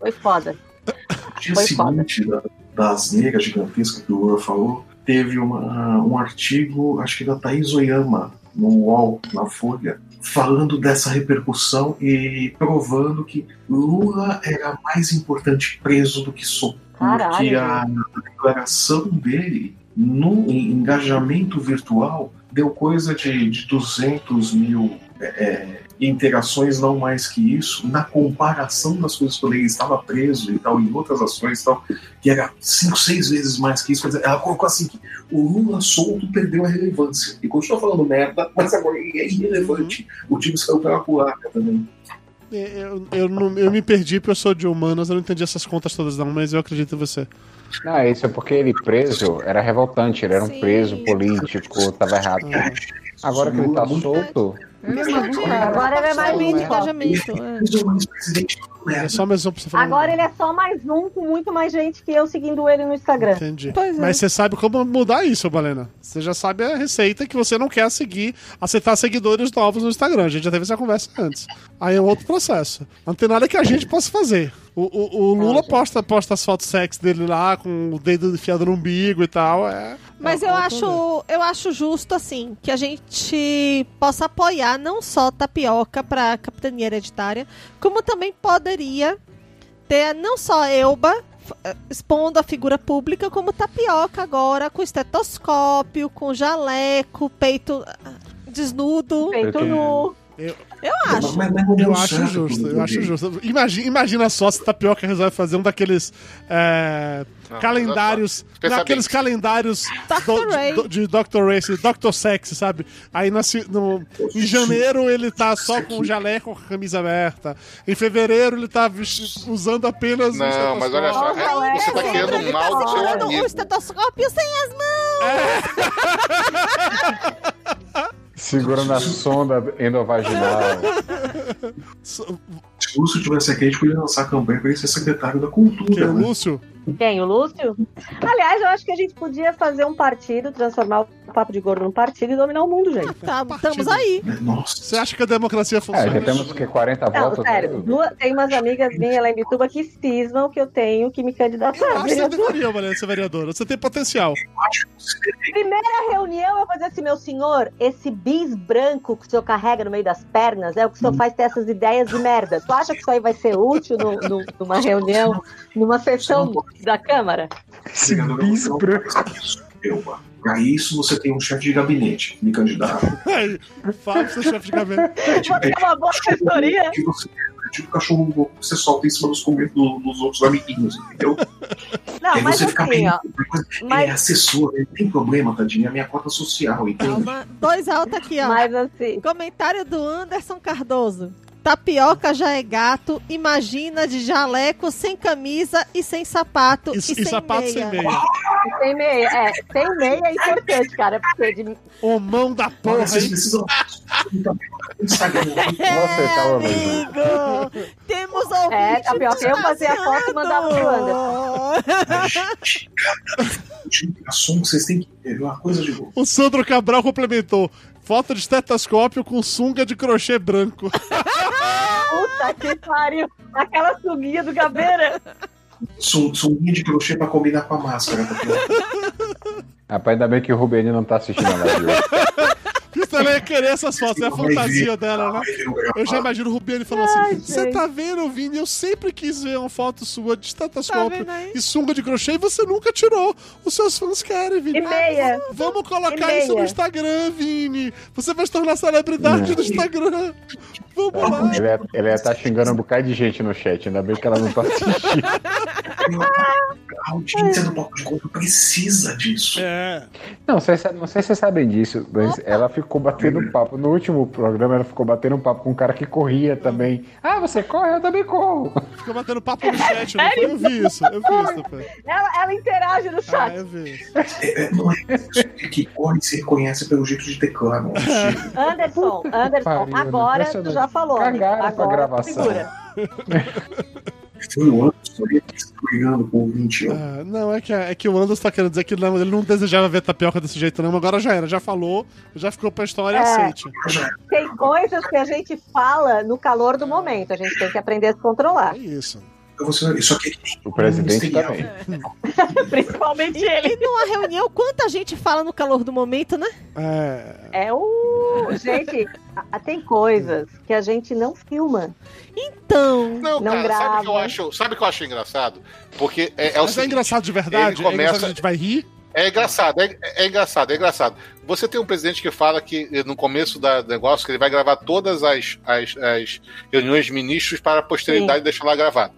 Foi foda. No dia Foi seguinte da, das negras gigantescas que o Lula falou, teve uma, um artigo, acho que da Thaís Oyama, no UOL, na Folha, falando dessa repercussão e provando que Lula era mais importante preso do que solto. Porque Caralho. a declaração dele no em engajamento virtual deu coisa de, de 200 mil é, interações, não mais que isso, na comparação das coisas quando ele estava preso e tal, em outras ações e tal, que era cinco, seis vezes mais que isso. Quer dizer, ela colocou assim: que o Lula solto perdeu a relevância. E continua falando merda, mas agora ele é irrelevante. O time saiu pela curaca também. É, Eu, eu, não- eu me perdi porque eu sou de humanas, eu não entendi essas contas todas não, mas eu acredito em você. Não, isso é porque ele preso era revoltante, ele era um Sim. preso político, tava errado. É. Agora que ele tá Lula, solto, muito- Agora ele é mais Aumenta o um. engajamento. é. Mas o ex-presidente é uma É merda. só mais um pra você falar. Agora ele é só mais um com muito mais gente que eu seguindo ele no Instagram. Entendi. Pois é. Mas você sabe como mudar isso, Balena. Você já sabe a receita que você não quer seguir, aceitar seguidores novos no Instagram. A gente já teve essa conversa antes. Aí é um outro processo. Não tem nada que a gente possa fazer. O, o- o Lula posta, posta as fotos sexy dele lá, com o dedo enfiado no umbigo e tal. É, Mas é eu uma acho, coisa. eu acho justo, assim, que a gente possa apoiar não só Tapioca para capitania hereditária, como também poderia ter não só Elba f- eh, expondo a figura pública, como Tapioca agora, com estetoscópio, com jaleco, peito ah, desnudo. Feito nu. Eu Mas- acho. mas não é deu Eu acho certo, justo, eu tudo acho bem. justo. Imagina, imagina só se Tapioca resolve fazer um daqueles é, Não, calendários. olha só. Naqueles Pensamento. calendários do- Ray. de, do- de Dr. Ray, assim, Dr. Sex, sabe? Aí nasce- no, em janeiro ele tá só com o jaleco com a camisa aberta. Em fevereiro ele tá vesti- usando apenas. um Não, mas olha só, estetoscópio. Nossa, é- você tá Alex, querendo ele mal tá do é, seu segurando o amigo. estetoscópio sem as mãos! segurando a sonda endovaginal. So- Se o Lúcio tivesse aqui, a gente podia lançar a campanha para ele ser secretário da cultura. Que é o né? Lúcio? Quem? O Lúcio? Aliás, eu acho que a gente podia fazer um partido, transformar o Papo de Gordo num partido e dominar o mundo, gente. Tá, estamos aí. Né? Nossa. Você acha que a democracia É, funciona? já temos que 40 Não, votos. né? sério. duas- tem umas amigas minhas lá em Bituba que cismam que eu tenho que me Eu candidatar. acho que você deveria, Valência, ser vereadora. Você tem potencial. Primeira reunião, eu vou dizer assim, meu senhor, esse bis branco que o senhor carrega no meio das pernas é o que o Hum. senhor faz ter essas ideias de merda. Tu acha que isso aí vai ser útil no- no- numa reunião, numa sessão da Câmara? Senador, eu não faço isso, Elba. Pra isso você tem um chefe de gabinete, me candidato. Aí, fala pro seu chefe de gabinete. É tipo, É uma boa assessoria. que você- é tipo cachorro louco que você solta em cima dos, comen- do- dos outros amiguinhos, entendeu? Não, Ah, Aí mas você fica assim, ó. pensando, mas- é assessor, não tem problema, tadinho, é a minha cota social, entende? Calma. Dois altos aqui, ó. Mas assim, Comentário do Anderson Cardoso. Tapioca já é gato, imagina de jaleco, sem camisa e sem sapato. E, E, e sem sapato meia. sem meia. sem meia. É, sem meia é importante, cara. Porque de Ô mão da Olha, porra vocês aí. precisam. Instagram. Você tá ouvindo. né? Amigo! Temos ouvinte Tá É, Tapioca, eu fazer a foto e mandar pro Anderson. Gente, cara, tipo, assunto, vocês têm que ver uma coisa de boa. O Sandro Cabral complementou. Foto de estetoscópio com sunga de crochê branco. puta que pariu. Aquela suguinha do Gabeira. Sum- Sunguinha de crochê pra combinar com a máscara, tá vendo? Rapaz, ainda bem que o Rubeni não tá assistindo a live. hoje. Isso ela ia querer essas fotos, é a fantasia dela, né? Eu já imagino o Rubiane falando assim: Você gente. tá vendo, Vini? Eu sempre quis ver uma foto sua de Tá estetoscópio vendo aí? e sunga de crochê e você nunca tirou. Os seus fãs querem, E Vini. meia. Vamos colocar E isso no meia. Instagram, Vini. Você vai se tornar celebridade no Instagram. Vamos lá. Ele ia- Ele ia tá xingando um bocado de gente no chat, ainda bem que ela não tá assistindo. A audiência do Papo um de Gordo precisa disso. É. Não, vocês sa- não sei se vocês sabem disso, mas ela ficou batendo um papo. No último programa, ela ficou batendo papo com um cara que corria também. Ah, você corre? Eu também corro. Ficou batendo papo no chat, É não foi? Eu vi isso. Eu vi isso, Tupé. Ela, ela interage no Ah, chat. eu vi isso. É, é, não é isso. É que corre e se reconhece pelo jeito de teclar, não é isso. Anderson, Anderson, pariu, né? agora tu impressionante. já falou. amigo. Cagaram com a Agora gravação. segura. Foi o Anderson história brigando por 20 anos. Ah, não, é que, é que o Anderson tá querendo dizer que não, ele não desejava ver tapioca desse jeito, não. Agora já era, já falou, já ficou pra história, É. aceite. Tem coisas que a gente fala no calor do momento. A gente tem que aprender a se controlar. É isso. Então você- Isso aqui O presidente Ministerial. também. Principalmente E, ele. e numa reunião, quanta gente fala no calor do momento, né? É, É o. Gente, a- tem coisas que a gente não filma. Então. Não, Não cara, sabe o que eu grava. acho? Sabe o que eu acho engraçado? Porque é, é o mas é seguinte, engraçado de verdade, ele é engraçado começa- que a gente vai rir. É engraçado, é, é engraçado, é engraçado. Você tem um presidente que fala que eh, no começo da- do negócio que ele vai gravar todas as, as- as reuniões de ministros para a posteridade deixar lá gravado.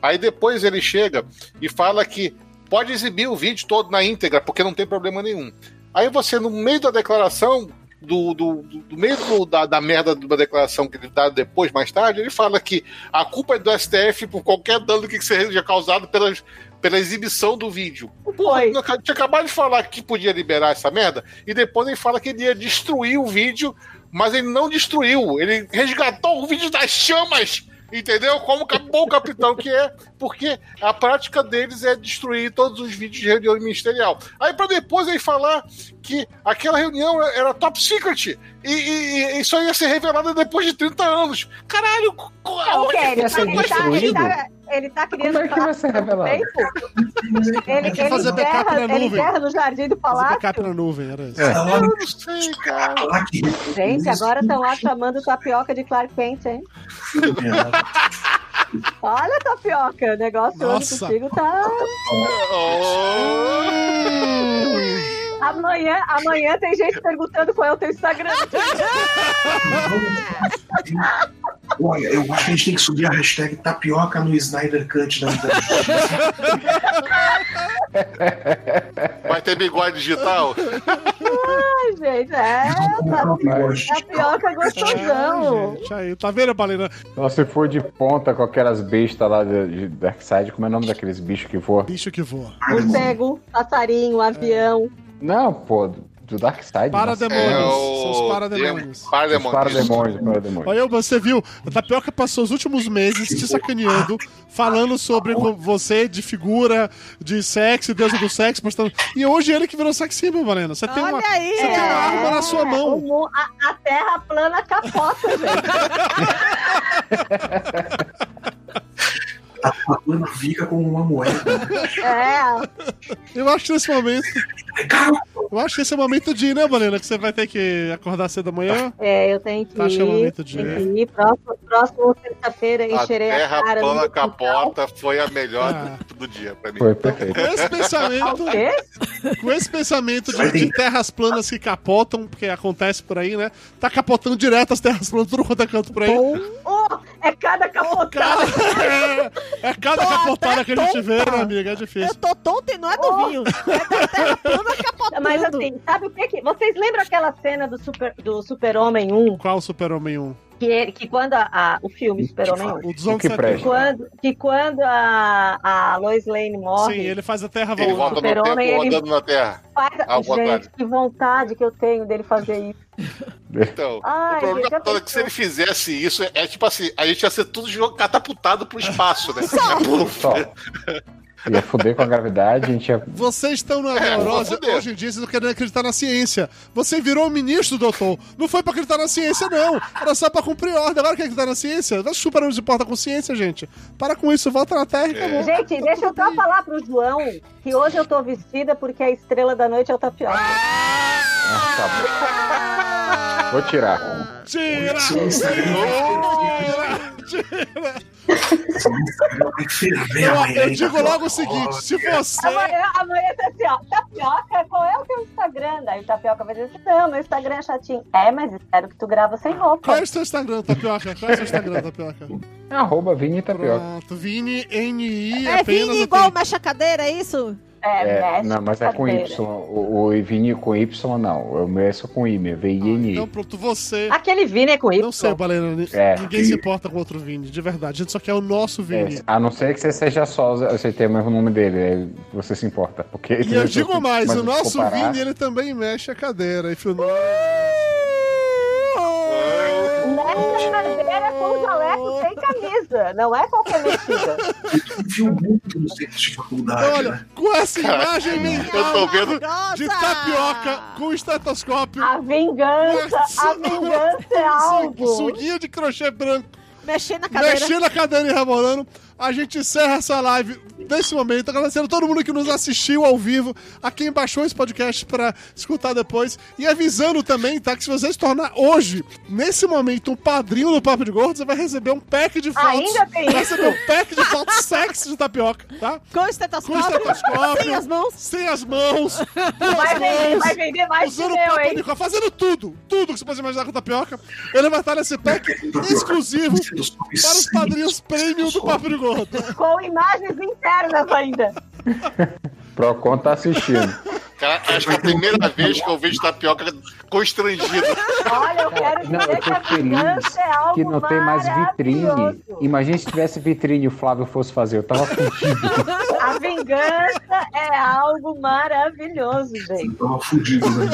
Aí depois ele chega e fala que pode exibir o vídeo todo na íntegra, porque não tem problema nenhum. Aí você, no meio da declaração, do, do, do- do meio do- da, da merda de uma declaração que ele dá depois, mais tarde, ele fala que a culpa é do STF por qualquer dano que seja causado pelas, pela exibição do vídeo. Foi. Eu ac- tinha acabado de falar que podia liberar essa merda, e depois ele fala que ele ia destruir o vídeo, mas ele não destruiu, ele resgatou o vídeo das chamas, entendeu? Como cap- bom capitão que é, porque a prática deles é destruir todos os vídeos de reunião ministerial. Aí pra depois ele falar que aquela reunião era- era top secret, e, e- e só ia ser revelada depois de 30 anos. Caralho, co- co- É Não, aonde- sério, ser ele tá, ele destruído? tá, ele tá querendo Como é que falar vai ser tanto revelado? tempo. tá Ele, que ele fazer backup enterra- na ele nuvem. enterra no jardim do Fazer palácio. backup na nuvem, era isso. É. Ela Eu não sei, cara. lá que. Gente, agora estão lá chamando tapioca de Clark Kent, hein? Olha tapioca, o negócio hoje Nossa. contigo tá. Oh. Amanhã, amanhã tem gente perguntando qual é o teu Instagram. Olha, eu acho que a gente tem que subir a hashtag tapioca no Snyder Cut da vida. Vai ter bigode digital? Ai, gente, é. tá- Tapioca Ah, gostosão. gente, aí, tá vendo, Balena? Então, se for de ponta com aquelas bestas lá de, de Darkseid, como é o nome daqueles bichos que voam? Bicho que voa. Morcego, um passarinho, avião. Não, pô, do Darkseid. Para nossa. demônios. É o- São os parademônios. Para Os Parademônios, para Olha, eu, você viu, a Tapioca passou os últimos meses te sacaneando, falando sobre co- você, de figura, de sexo, deusa do sexo, mostrando. E hoje é ele que virou sex symbol, Valena. Você tem uma, Olha aí! É. é. você tem uma arma na sua É, O mão. mu- a, a terra plana capota, gente. A plana fica como uma moeda. É. Eu acho que nesse momento. Eu acho que esse é o momento de ir, né, Valena? Que você vai ter que acordar cedo amanhã. É, eu tenho que Tá ir. chamamento de- Tenho que ir. Próximo, próximo sexta-feira A encherei a, terra cara. plana no quintal. capota foi a melhor Ah. do, do dia pra mim. Foi perfeito. Com esse pensamento, O quê? com esse pensamento de, de terras planas que capotam, porque acontece por aí, né? Tá capotando direto as terras planas, tudo quanto é canto por aí. Oh, é cada Cara, capotada. é, é cada Tô capotada que até a gente vê, tonta. né, amiga? É Eu difícil. tô tonta e não é do Oh. vinho. É da terra é plana capotando. Mas assim, sabe o que que... Vocês lembram aquela cena do Super, do super Homem 1? Qual Super-Homem 1? Que, ele- que quando a, a- o filme um, Super Homem 1... O dos O que 1170. presta? Quando, que quando a, a Lois Lane morre, Sim, ele faz a Terra Ele voltar. volta no tempo super-homem, ele- andando na terra. faz... Ah, Ao contrário. Gente, que vontade que eu tenho dele fazer isso. Então, Ai, o problema gente, todo é que se ele fizesse isso, é, é tipo assim, a gente ia ser tudo jogado- catapultado pro espaço, né? Só. Ia foder com a gravidade, a gente ia. Vocês estão na É, neurose vou foder. hoje em dia, vocês não querem acreditar na ciência. Você virou ministro, doutor. Não foi pra acreditar na ciência, não. Era só pra cumprir ordem. Agora quer acreditar na ciência? Nós superamos de porta com ciência, gente. Para com isso, volta na Terra e É. acabou. Gente, deixa eu só falar pro João que hoje eu tô vestida porque a estrela da noite é o tapioca. Ah, tá bom. Vou Ah. tirar. Tira! Seu Tira! Tira! é Eu, eu digo então. logo o seguinte: se você. Amanhã, amanhã tá assim, ó, tapioca, qual é o teu Instagram? Daí o tapioca vai dizer assim, não, meu Instagram é chatinho. É, mas espero que tu grava sem Qual é roupa. o seu Instagram, Tapioca? Qual é o seu Instagram, Tapioca? É Arroba Vini Tapioca. Pronto, Vini, N-I, apenas... É assim. vinho igual mexe a cadeira, é isso? É, É, mexe não, mas é com cadeira. Y. O, o Vini com Y não. O meu é só com I, meu. V-I-N-I. Então pronto, você... Aquele Vini é com Y. Não sei, Balena, ni- É. ninguém se importa com outro Vini, de verdade. A gente só quer o nosso Vini. É, a não ser que você seja só, você tenha o mesmo nome dele, aí você se importa. Porque E eu digo mais, mas o se nosso comparar- Vini, ele também mexe a cadeira. E filma... Nessa cadeira com jaleco sem camisa. Não é qualquer mexida. Viu muito no centro de faculdade, né? Olha, com essa imagem eu mental tô vendo de tapioca com estetoscópio, A vingança, a Nossa, vingança é su- algo. suguinho de crochê branco, Mexer na cadeira. mexendo a cadeira e rebolando, a gente encerra essa live nesse momento, agradecendo a todo mundo que nos assistiu ao vivo, a quem baixou esse podcast pra escutar depois, e avisando também, tá, que se você se tornar hoje, nesse momento, um padrinho do Papo de Gordo, você vai receber um pack de fotos, Ainda tem vai isso. receber um pack de fotos sexy de tapioca, tá? Com Com estetoscópio. estetoscópio, Sem as mãos. sem as mãos, Vai vender, vai vender mais que usando eu, papo hein? de coca, fazendo tudo, tudo que você pode imaginar com tapioca. Ele vai estar nesse pack exclusivo para os padrinhos premium do Papo de Gordo. Com imagens internas ainda. é Procon tá assistindo. Cara, acho que é a primeira vez que eu vejo tapioca constrangido. Olha, eu Cara, quero não, dizer eu que tô a feliz vingança é algo que não tem mais vitrine. maravilhoso. Imagina se tivesse vitrine e o Flávio fosse fazer. Eu tava fudido. A vingança é algo maravilhoso, gente. Tava fudido, né?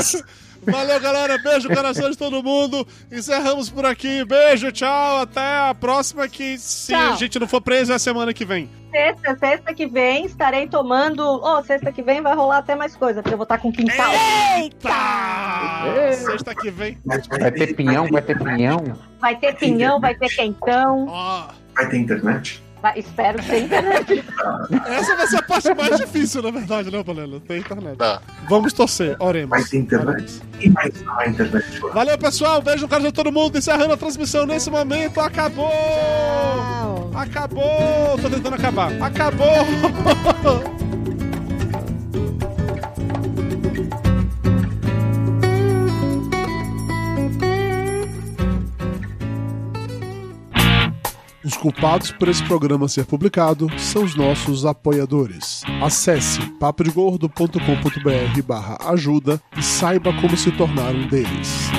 Valeu, galera. Beijo no coração de todo mundo. Encerramos por aqui. Beijo, tchau. Até a próxima, que se a Tchau. gente não for preso, é semana que vem. Sexta, sexta que vem estarei tomando. Oh, sexta que vem vai rolar até mais coisa, porque eu vou estar com quintal. Tá! Ei. Sexta que vem. Mas Vai ter pinhão, vai ter pinhão. Vai ter pinhão, vai ter quentão. Ó, Vai ter internet? Vai- espero que tenha internet. essa vai ser a parte mais difícil, na verdade, não, Bolelo? Tem internet. Tá. Vamos torcer, oremos. Vai ter internet? Oremos. Quem vai estar na internet? lá? Valeu, pessoal. Beijo no coração de todo mundo. Encerrando a transmissão nesse momento. Acabou! Tchau. Acabou! Tô tentando acabar. Acabou! Os culpados por esse programa ser publicado são os nossos apoiadores. Acesse papodegordo.com.br barra ajuda e saiba como se tornar um deles.